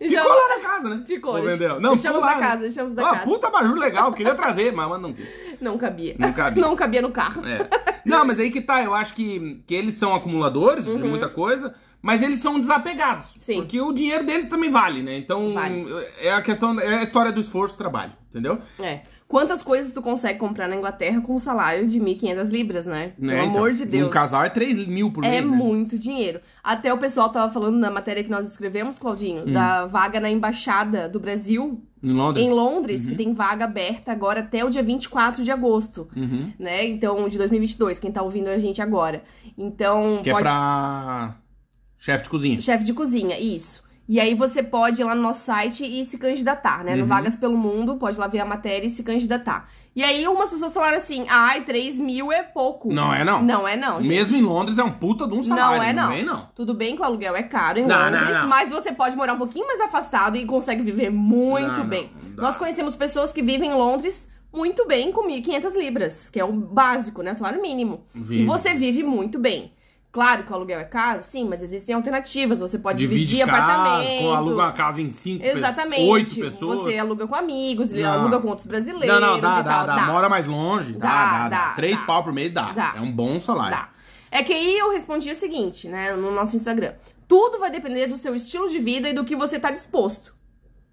Speaker 3: E
Speaker 1: Ficou
Speaker 3: [laughs] já-
Speaker 1: lá na casa, né?
Speaker 3: Ficou,
Speaker 1: Ou
Speaker 3: né?
Speaker 1: vendeu. Não,
Speaker 3: Deixamos
Speaker 1: ficou lá,
Speaker 3: na
Speaker 1: né?
Speaker 3: casa, deixamos na
Speaker 1: Ó,
Speaker 3: casa.
Speaker 1: puta abajur legal, queria trazer, mas, mas não quis.
Speaker 3: Não cabia.
Speaker 1: Não
Speaker 3: [laughs]
Speaker 1: cabia.
Speaker 3: Não cabia no carro.
Speaker 1: É.
Speaker 3: [laughs]
Speaker 1: Não, mas aí que tá, eu acho que, que eles são acumuladores de muita coisa, mas eles são desapegados.
Speaker 3: Uhum. Sim.
Speaker 1: Porque o dinheiro deles também vale, né? Então,
Speaker 3: Vale.
Speaker 1: é a questão, é a história do esforço e trabalho, entendeu?
Speaker 3: É. Quantas coisas tu consegue comprar na Inglaterra com um salário de 1.500 libras, né? Pelo
Speaker 1: Né, então,
Speaker 3: amor de Deus.
Speaker 1: Um casal é 3 mil por mês,
Speaker 3: É
Speaker 1: né?
Speaker 3: muito dinheiro. Até o pessoal tava falando na matéria que nós escrevemos, Claudinho, da vaga na embaixada do Brasil
Speaker 1: Em Hum. Londres. Uhum.
Speaker 3: em Londres, que tem vaga aberta agora até o dia 24 de agosto,
Speaker 1: Uhum.
Speaker 3: né? Então, de 2022, quem tá ouvindo a gente agora. Então,
Speaker 1: Que é pra chefe de cozinha.
Speaker 3: chefe de cozinha, isso. E aí você pode ir lá no nosso site e se candidatar, né?
Speaker 1: Uhum.
Speaker 3: No Vagas pelo Mundo, pode lá ver a matéria e se candidatar. E aí algumas pessoas falaram assim, ai, 3 mil é pouco.
Speaker 1: Não é não.
Speaker 3: Não é não, gente.
Speaker 1: Mesmo em Londres é um puta de um salário.
Speaker 3: Não é não.
Speaker 1: vem, não.
Speaker 3: Tudo bem que o aluguel é caro em
Speaker 1: Não,
Speaker 3: Londres,
Speaker 1: não, não.
Speaker 3: mas você pode morar um pouquinho mais afastado e consegue viver muito
Speaker 1: Não, não,
Speaker 3: bem.
Speaker 1: não dá.
Speaker 3: Nós conhecemos pessoas que vivem em Londres muito bem com 1.500 libras, que é o básico, né? Salário mínimo.
Speaker 1: Vive.
Speaker 3: E você vive muito bem. Claro que o aluguel é caro, sim, mas existem alternativas. Você pode
Speaker 1: Divide
Speaker 3: dividir apartamento.
Speaker 1: casa, com- aluga a casa em cinco, pessoas,
Speaker 3: Exatamente.
Speaker 1: oito pessoas.
Speaker 3: Você é aluga com amigos, ele
Speaker 1: Não.
Speaker 3: aluga com outros brasileiros
Speaker 1: Não, não, dá,
Speaker 3: e
Speaker 1: dá,
Speaker 3: tal.
Speaker 1: dá, Mora mais longe, dá, dá,
Speaker 3: Dá,
Speaker 1: dá.
Speaker 3: dá,
Speaker 1: Três
Speaker 3: dá.
Speaker 1: pau por mês dá.
Speaker 3: Dá.
Speaker 1: É um bom salário.
Speaker 3: Dá. É que aí eu respondi o seguinte, né, no nosso Instagram. Tudo vai depender do seu estilo de vida e do que você tá disposto,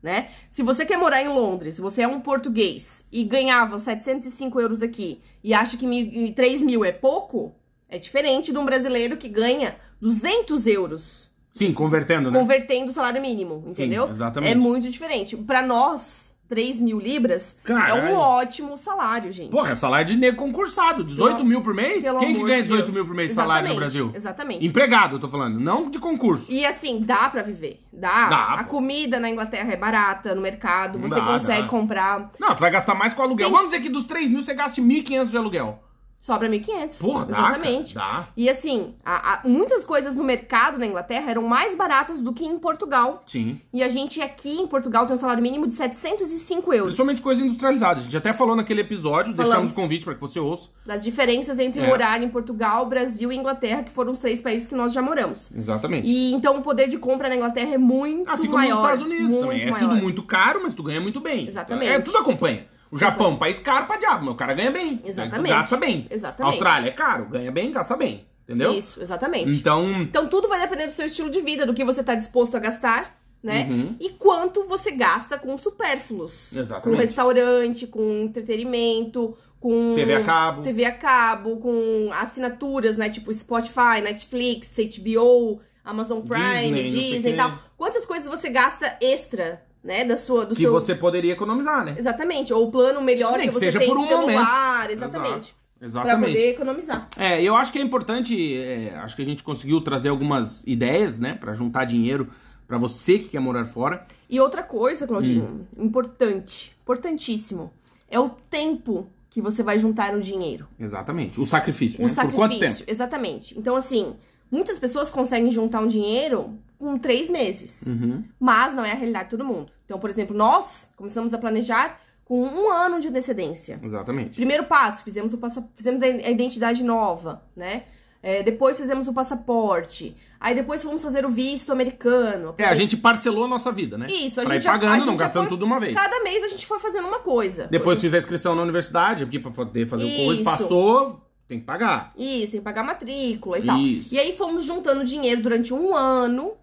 Speaker 3: né? Se você quer morar em Londres, você é um português e ganhava 705 euros aqui e acha que mil- e 3 mil é pouco, é diferente de um brasileiro que ganha 200 euros
Speaker 1: Sim, convertendo, né?
Speaker 3: convertendo o salário mínimo, entendeu?
Speaker 1: exatamente.
Speaker 3: É muito diferente. Pra nós, 3 mil libras é
Speaker 1: Caralho.
Speaker 3: um ótimo salário, gente.
Speaker 1: Porra, é salário de nego concursado. 18
Speaker 3: Pelo-
Speaker 1: mil por mês?
Speaker 3: Pelo
Speaker 1: Quem que
Speaker 3: amor
Speaker 1: ganha
Speaker 3: de
Speaker 1: 18
Speaker 3: Deus.
Speaker 1: mil por mês de salário no
Speaker 3: Exatamente,
Speaker 1: Brasil?
Speaker 3: Exatamente.
Speaker 1: Empregado, eu tô falando, não de concurso.
Speaker 3: E assim, dá pra viver. Dá.
Speaker 1: Dá,
Speaker 3: a
Speaker 1: pô.
Speaker 3: comida na Inglaterra é barata, no mercado, você
Speaker 1: Dá,
Speaker 3: consegue
Speaker 1: dá.
Speaker 3: comprar.
Speaker 1: Não, você vai gastar mais com aluguel.
Speaker 3: Tem-
Speaker 1: Vamos dizer que dos 3 mil você gaste 1.500 de aluguel.
Speaker 3: Sobra 1.500.
Speaker 1: Porra, dá,
Speaker 3: Exatamente.
Speaker 1: cara, dá.
Speaker 3: E assim, a- a- muitas coisas no mercado na Inglaterra eram mais baratas do que em Portugal.
Speaker 1: Sim.
Speaker 3: E a gente aqui em Portugal tem um salário mínimo de 705 euros.
Speaker 1: Principalmente coisa industrializada. A gente até falou naquele episódio, deixamos
Speaker 3: Falamos.
Speaker 1: o convite pra que você ouça.
Speaker 3: Das diferenças entre
Speaker 1: É.
Speaker 3: morar em Portugal, Brasil e Inglaterra, que foram os três países que nós já moramos.
Speaker 1: Exatamente.
Speaker 3: E então o poder de compra na Inglaterra é muito
Speaker 1: Assim como
Speaker 3: maior.
Speaker 1: nos Estados Unidos
Speaker 3: muito
Speaker 1: também. É
Speaker 3: maior.
Speaker 1: tudo muito caro, mas tu ganha muito bem.
Speaker 3: Exatamente.
Speaker 1: É, tudo acompanha. O Japão, país caro pra diabo, mas o cara ganha bem.
Speaker 3: Exatamente.
Speaker 1: Tu gasta bem.
Speaker 3: Exatamente.
Speaker 1: A Austrália é caro, ganha bem, gasta bem. Entendeu?
Speaker 3: Isso, exatamente.
Speaker 1: Então,
Speaker 3: Então tudo vai depender do seu estilo de vida, do que você tá disposto a gastar, né?
Speaker 1: Uhum.
Speaker 3: E quanto você gasta com supérfluos.
Speaker 1: Exatamente.
Speaker 3: Com restaurante, com entretenimento, com
Speaker 1: TV a cabo.
Speaker 3: TV a cabo, com assinaturas, né? Tipo Spotify, Netflix, HBO, Amazon Prime,
Speaker 1: Disney, não sei
Speaker 3: Disney,
Speaker 1: quê.
Speaker 3: e tal. Quantas coisas você gasta extra, né? Da sua, do
Speaker 1: que
Speaker 3: seu.
Speaker 1: você poderia economizar, né?
Speaker 3: Exatamente. Ou o plano melhor que
Speaker 1: Nem que
Speaker 3: você
Speaker 1: seja
Speaker 3: tem
Speaker 1: por
Speaker 3: de
Speaker 1: um
Speaker 3: celular,
Speaker 1: momento.
Speaker 3: exatamente.
Speaker 1: Exato.
Speaker 3: Pra
Speaker 1: Exatamente.
Speaker 3: poder economizar.
Speaker 1: É, eu acho que é importante, é, acho que a gente conseguiu trazer algumas ideias, né, Pra juntar dinheiro pra você que quer morar fora.
Speaker 3: E outra coisa,
Speaker 1: Hum.
Speaker 3: Claudinho, importante, importantíssimo, é o tempo que você vai juntar o dinheiro.
Speaker 1: Exatamente. O sacrifício,
Speaker 3: O
Speaker 1: né?
Speaker 3: sacrifício.
Speaker 1: Por quanto tempo?
Speaker 3: Exatamente. Então, assim, muitas pessoas conseguem juntar um dinheiro com três meses.
Speaker 1: Uhum.
Speaker 3: Mas não é a realidade de todo mundo. Então, por exemplo, nós começamos a planejar com um ano de antecedência.
Speaker 1: Exatamente.
Speaker 3: Primeiro passo, fizemos, o passa- fizemos a i- a identidade nova, né? É, depois fizemos o passaporte. Aí depois fomos fazer o visto americano.
Speaker 1: É, a gente parcelou a nossa vida, né?
Speaker 3: Isso, a
Speaker 1: pra
Speaker 3: gente
Speaker 1: ir
Speaker 3: já-
Speaker 1: pagando,
Speaker 3: a gente
Speaker 1: não
Speaker 3: já
Speaker 1: gastando
Speaker 3: foi-
Speaker 1: tudo uma vez.
Speaker 3: Cada mês a gente foi fazendo uma coisa.
Speaker 1: Depois fiz a inscrição na universidade, porque pra poder fazer o curso,
Speaker 3: Isso.
Speaker 1: passou, tem que pagar.
Speaker 3: Isso, em pagar matrícula e tal.
Speaker 1: Isso.
Speaker 3: E aí fomos juntando dinheiro durante um ano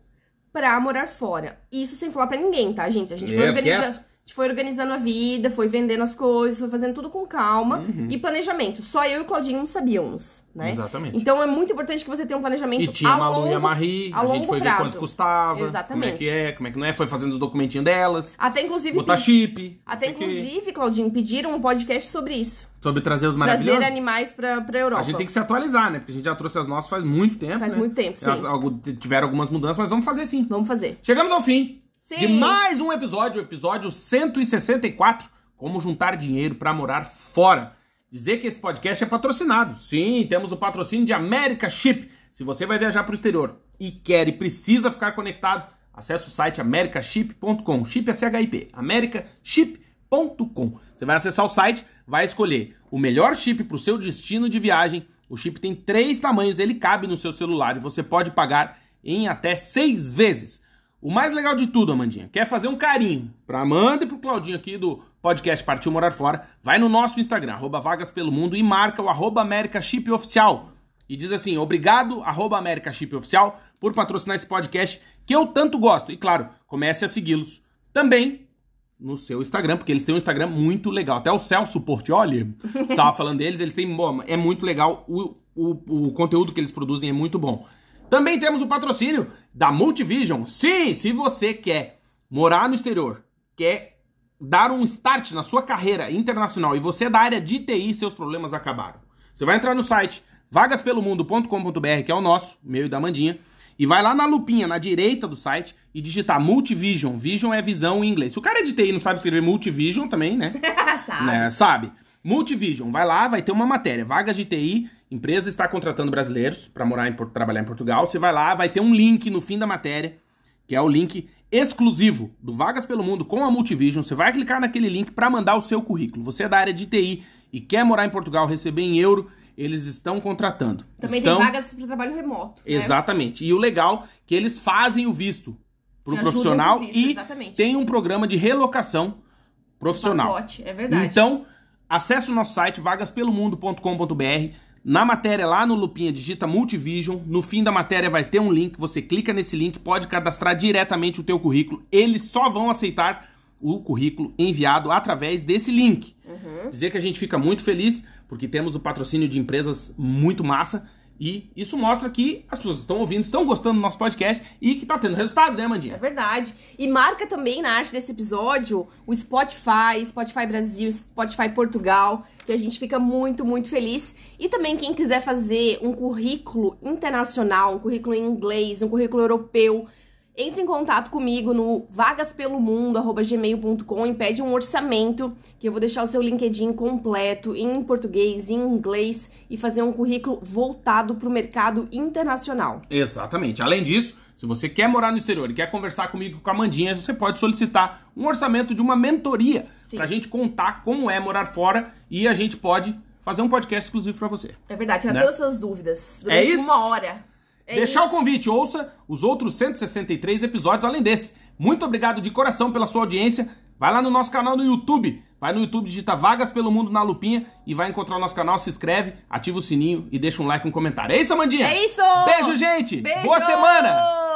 Speaker 3: pra morar fora. Isso sem falar pra ninguém, tá, gente? A gente foi
Speaker 1: É,
Speaker 3: organizando.
Speaker 1: quieto.
Speaker 3: a gente foi organizando a vida, foi vendendo as coisas, foi fazendo tudo com calma
Speaker 1: Uhum.
Speaker 3: e planejamento. Só eu e o Claudinho não sabíamos, né?
Speaker 1: Exatamente.
Speaker 3: Então é muito importante que você tenha um planejamento
Speaker 1: E tinha
Speaker 3: a
Speaker 1: a Malu
Speaker 3: longo,
Speaker 1: e a Marie,
Speaker 3: a
Speaker 1: a, gente
Speaker 3: longo
Speaker 1: foi ver
Speaker 3: prazo.
Speaker 1: quanto custava, como é
Speaker 3: Exatamente.
Speaker 1: que é, como é que não é, foi fazendo os documentinhos delas,
Speaker 3: Até inclusive
Speaker 1: botar
Speaker 3: pe-
Speaker 1: chip,
Speaker 3: Até
Speaker 1: não sei o quê.
Speaker 3: inclusive, Claudinho, pediram um podcast sobre isso.
Speaker 1: sobre trazer os
Speaker 3: Trazer
Speaker 1: maravilhosos.
Speaker 3: animais pra, pra Europa.
Speaker 1: A gente tem que se atualizar, né? Porque a gente já trouxe as nossas faz muito tempo.
Speaker 3: Faz
Speaker 1: né?
Speaker 3: muito tempo,
Speaker 1: Elas
Speaker 3: sim.
Speaker 1: algo- tiveram algumas mudanças, mas vamos fazer sim.
Speaker 3: Vamos fazer.
Speaker 1: Chegamos ao fim
Speaker 3: Sim.
Speaker 1: de mais um episódio, o episódio 164, como juntar dinheiro pra morar fora. Dizer que esse podcast é patrocinado. Sim, temos o patrocínio de America Chip. Se você vai viajar pro exterior e quer e precisa ficar conectado, acesse o site americaship.com. Chip é CHIP. americaship.com. Você vai acessar o site, vai escolher o melhor chip pro seu destino de viagem. O chip tem três tamanhos, ele cabe no seu celular e você pode pagar em até seis vezes. O mais legal de tudo, Amandinha, quer fazer um carinho pra Amanda e pro Claudinho aqui do podcast Partiu Morar Fora, vai no nosso Instagram, arroba vagas pelo mundo e marca o arroba América Chip Oficial. E diz assim, obrigado, arroba América Chip Oficial, por patrocinar esse podcast que eu tanto gosto. E claro, comece a segui-los também no seu Instagram, porque eles têm um Instagram muito legal. Até o Celso Portioli estava falando deles, eles têm. bom, É muito legal. O, o, o conteúdo que eles produzem é muito bom. Também temos o patrocínio da Multivision. Sim, se você quer morar no exterior, quer dar um start na sua carreira internacional e você é da área de TI, seus problemas acabaram. Você vai entrar no site vagaspelomundo.com.br, que é o nosso, meu e da Mandinha, e vai lá na lupinha, na direita do site, e digitar Multivision. Vision é visão em inglês. Se o cara de TI não sabe escrever Multivision também, né?
Speaker 3: Sabe?
Speaker 1: né, sabe? Multivision, vai lá, vai ter uma matéria. Vagas de TI, empresa está contratando brasileiros para morar em, Por- trabalhar em Portugal. Você vai lá, vai ter um link no fim da matéria, que é o link exclusivo do Vagas pelo Mundo com a Multivision. Você vai clicar naquele link para mandar o seu currículo. Você é da área de TI e quer morar em Portugal, receber em euro eles estão contratando.
Speaker 3: Também
Speaker 1: estão...
Speaker 3: tem vagas né? para trabalho remoto. né?
Speaker 1: Exatamente. E o legal é que eles fazem o visto pro
Speaker 3: Te ajudam
Speaker 1: profissional
Speaker 3: com o visto,
Speaker 1: e
Speaker 3: exatamente.
Speaker 1: tem um programa de relocação profissional.
Speaker 3: Pacote, é verdade.
Speaker 1: Então, acesse o nosso site vagaspelomundo.com.br. Na matéria lá no Lupinha digita Multivision, no fim da matéria vai ter um link, você clica nesse link, pode cadastrar diretamente o teu currículo. Eles só vão aceitar o currículo enviado através desse link. Dizer que a gente fica muito feliz porque temos o patrocínio de empresas muito massa e isso mostra que as pessoas estão ouvindo, estão gostando do nosso podcast e que tá tendo resultado, né,
Speaker 3: É
Speaker 1: Mandinha?
Speaker 3: verdade. E marca também na arte desse episódio o Spotify, Spotify Brasil, Spotify Portugal, que a gente fica muito, muito feliz. E também quem quiser fazer um currículo internacional, um currículo em inglês, um currículo europeu, entre em contato comigo no vagaspelomundo@gmail.com e pede um orçamento, que eu vou deixar o seu LinkedIn completo em português, em inglês e fazer um currículo voltado para o mercado internacional.
Speaker 1: Exatamente. Além disso, se você quer morar no exterior e quer conversar comigo e com a Mandinha, você pode solicitar um orçamento de uma mentoria
Speaker 3: Sim.
Speaker 1: pra gente contar como é morar fora e a gente pode fazer um podcast exclusivo pra você.
Speaker 3: É verdade, tirar
Speaker 1: Né?
Speaker 3: todas as suas dúvidas. Durante
Speaker 1: isso?
Speaker 3: uma hora. É
Speaker 1: Deixar
Speaker 3: isso.
Speaker 1: o convite, ouça os outros 163 episódios além desse. Muito obrigado de coração pela sua audiência. Vai lá no nosso canal no YouTube. Vai no YouTube, digita Vagas pelo Mundo na Lupinha e vai encontrar o nosso canal. Se inscreve, ativa o sininho e deixa um like e um comentário. É isso, Amandinha?
Speaker 3: É isso!
Speaker 1: Beijo, gente!
Speaker 3: Beijo!
Speaker 1: Boa semana!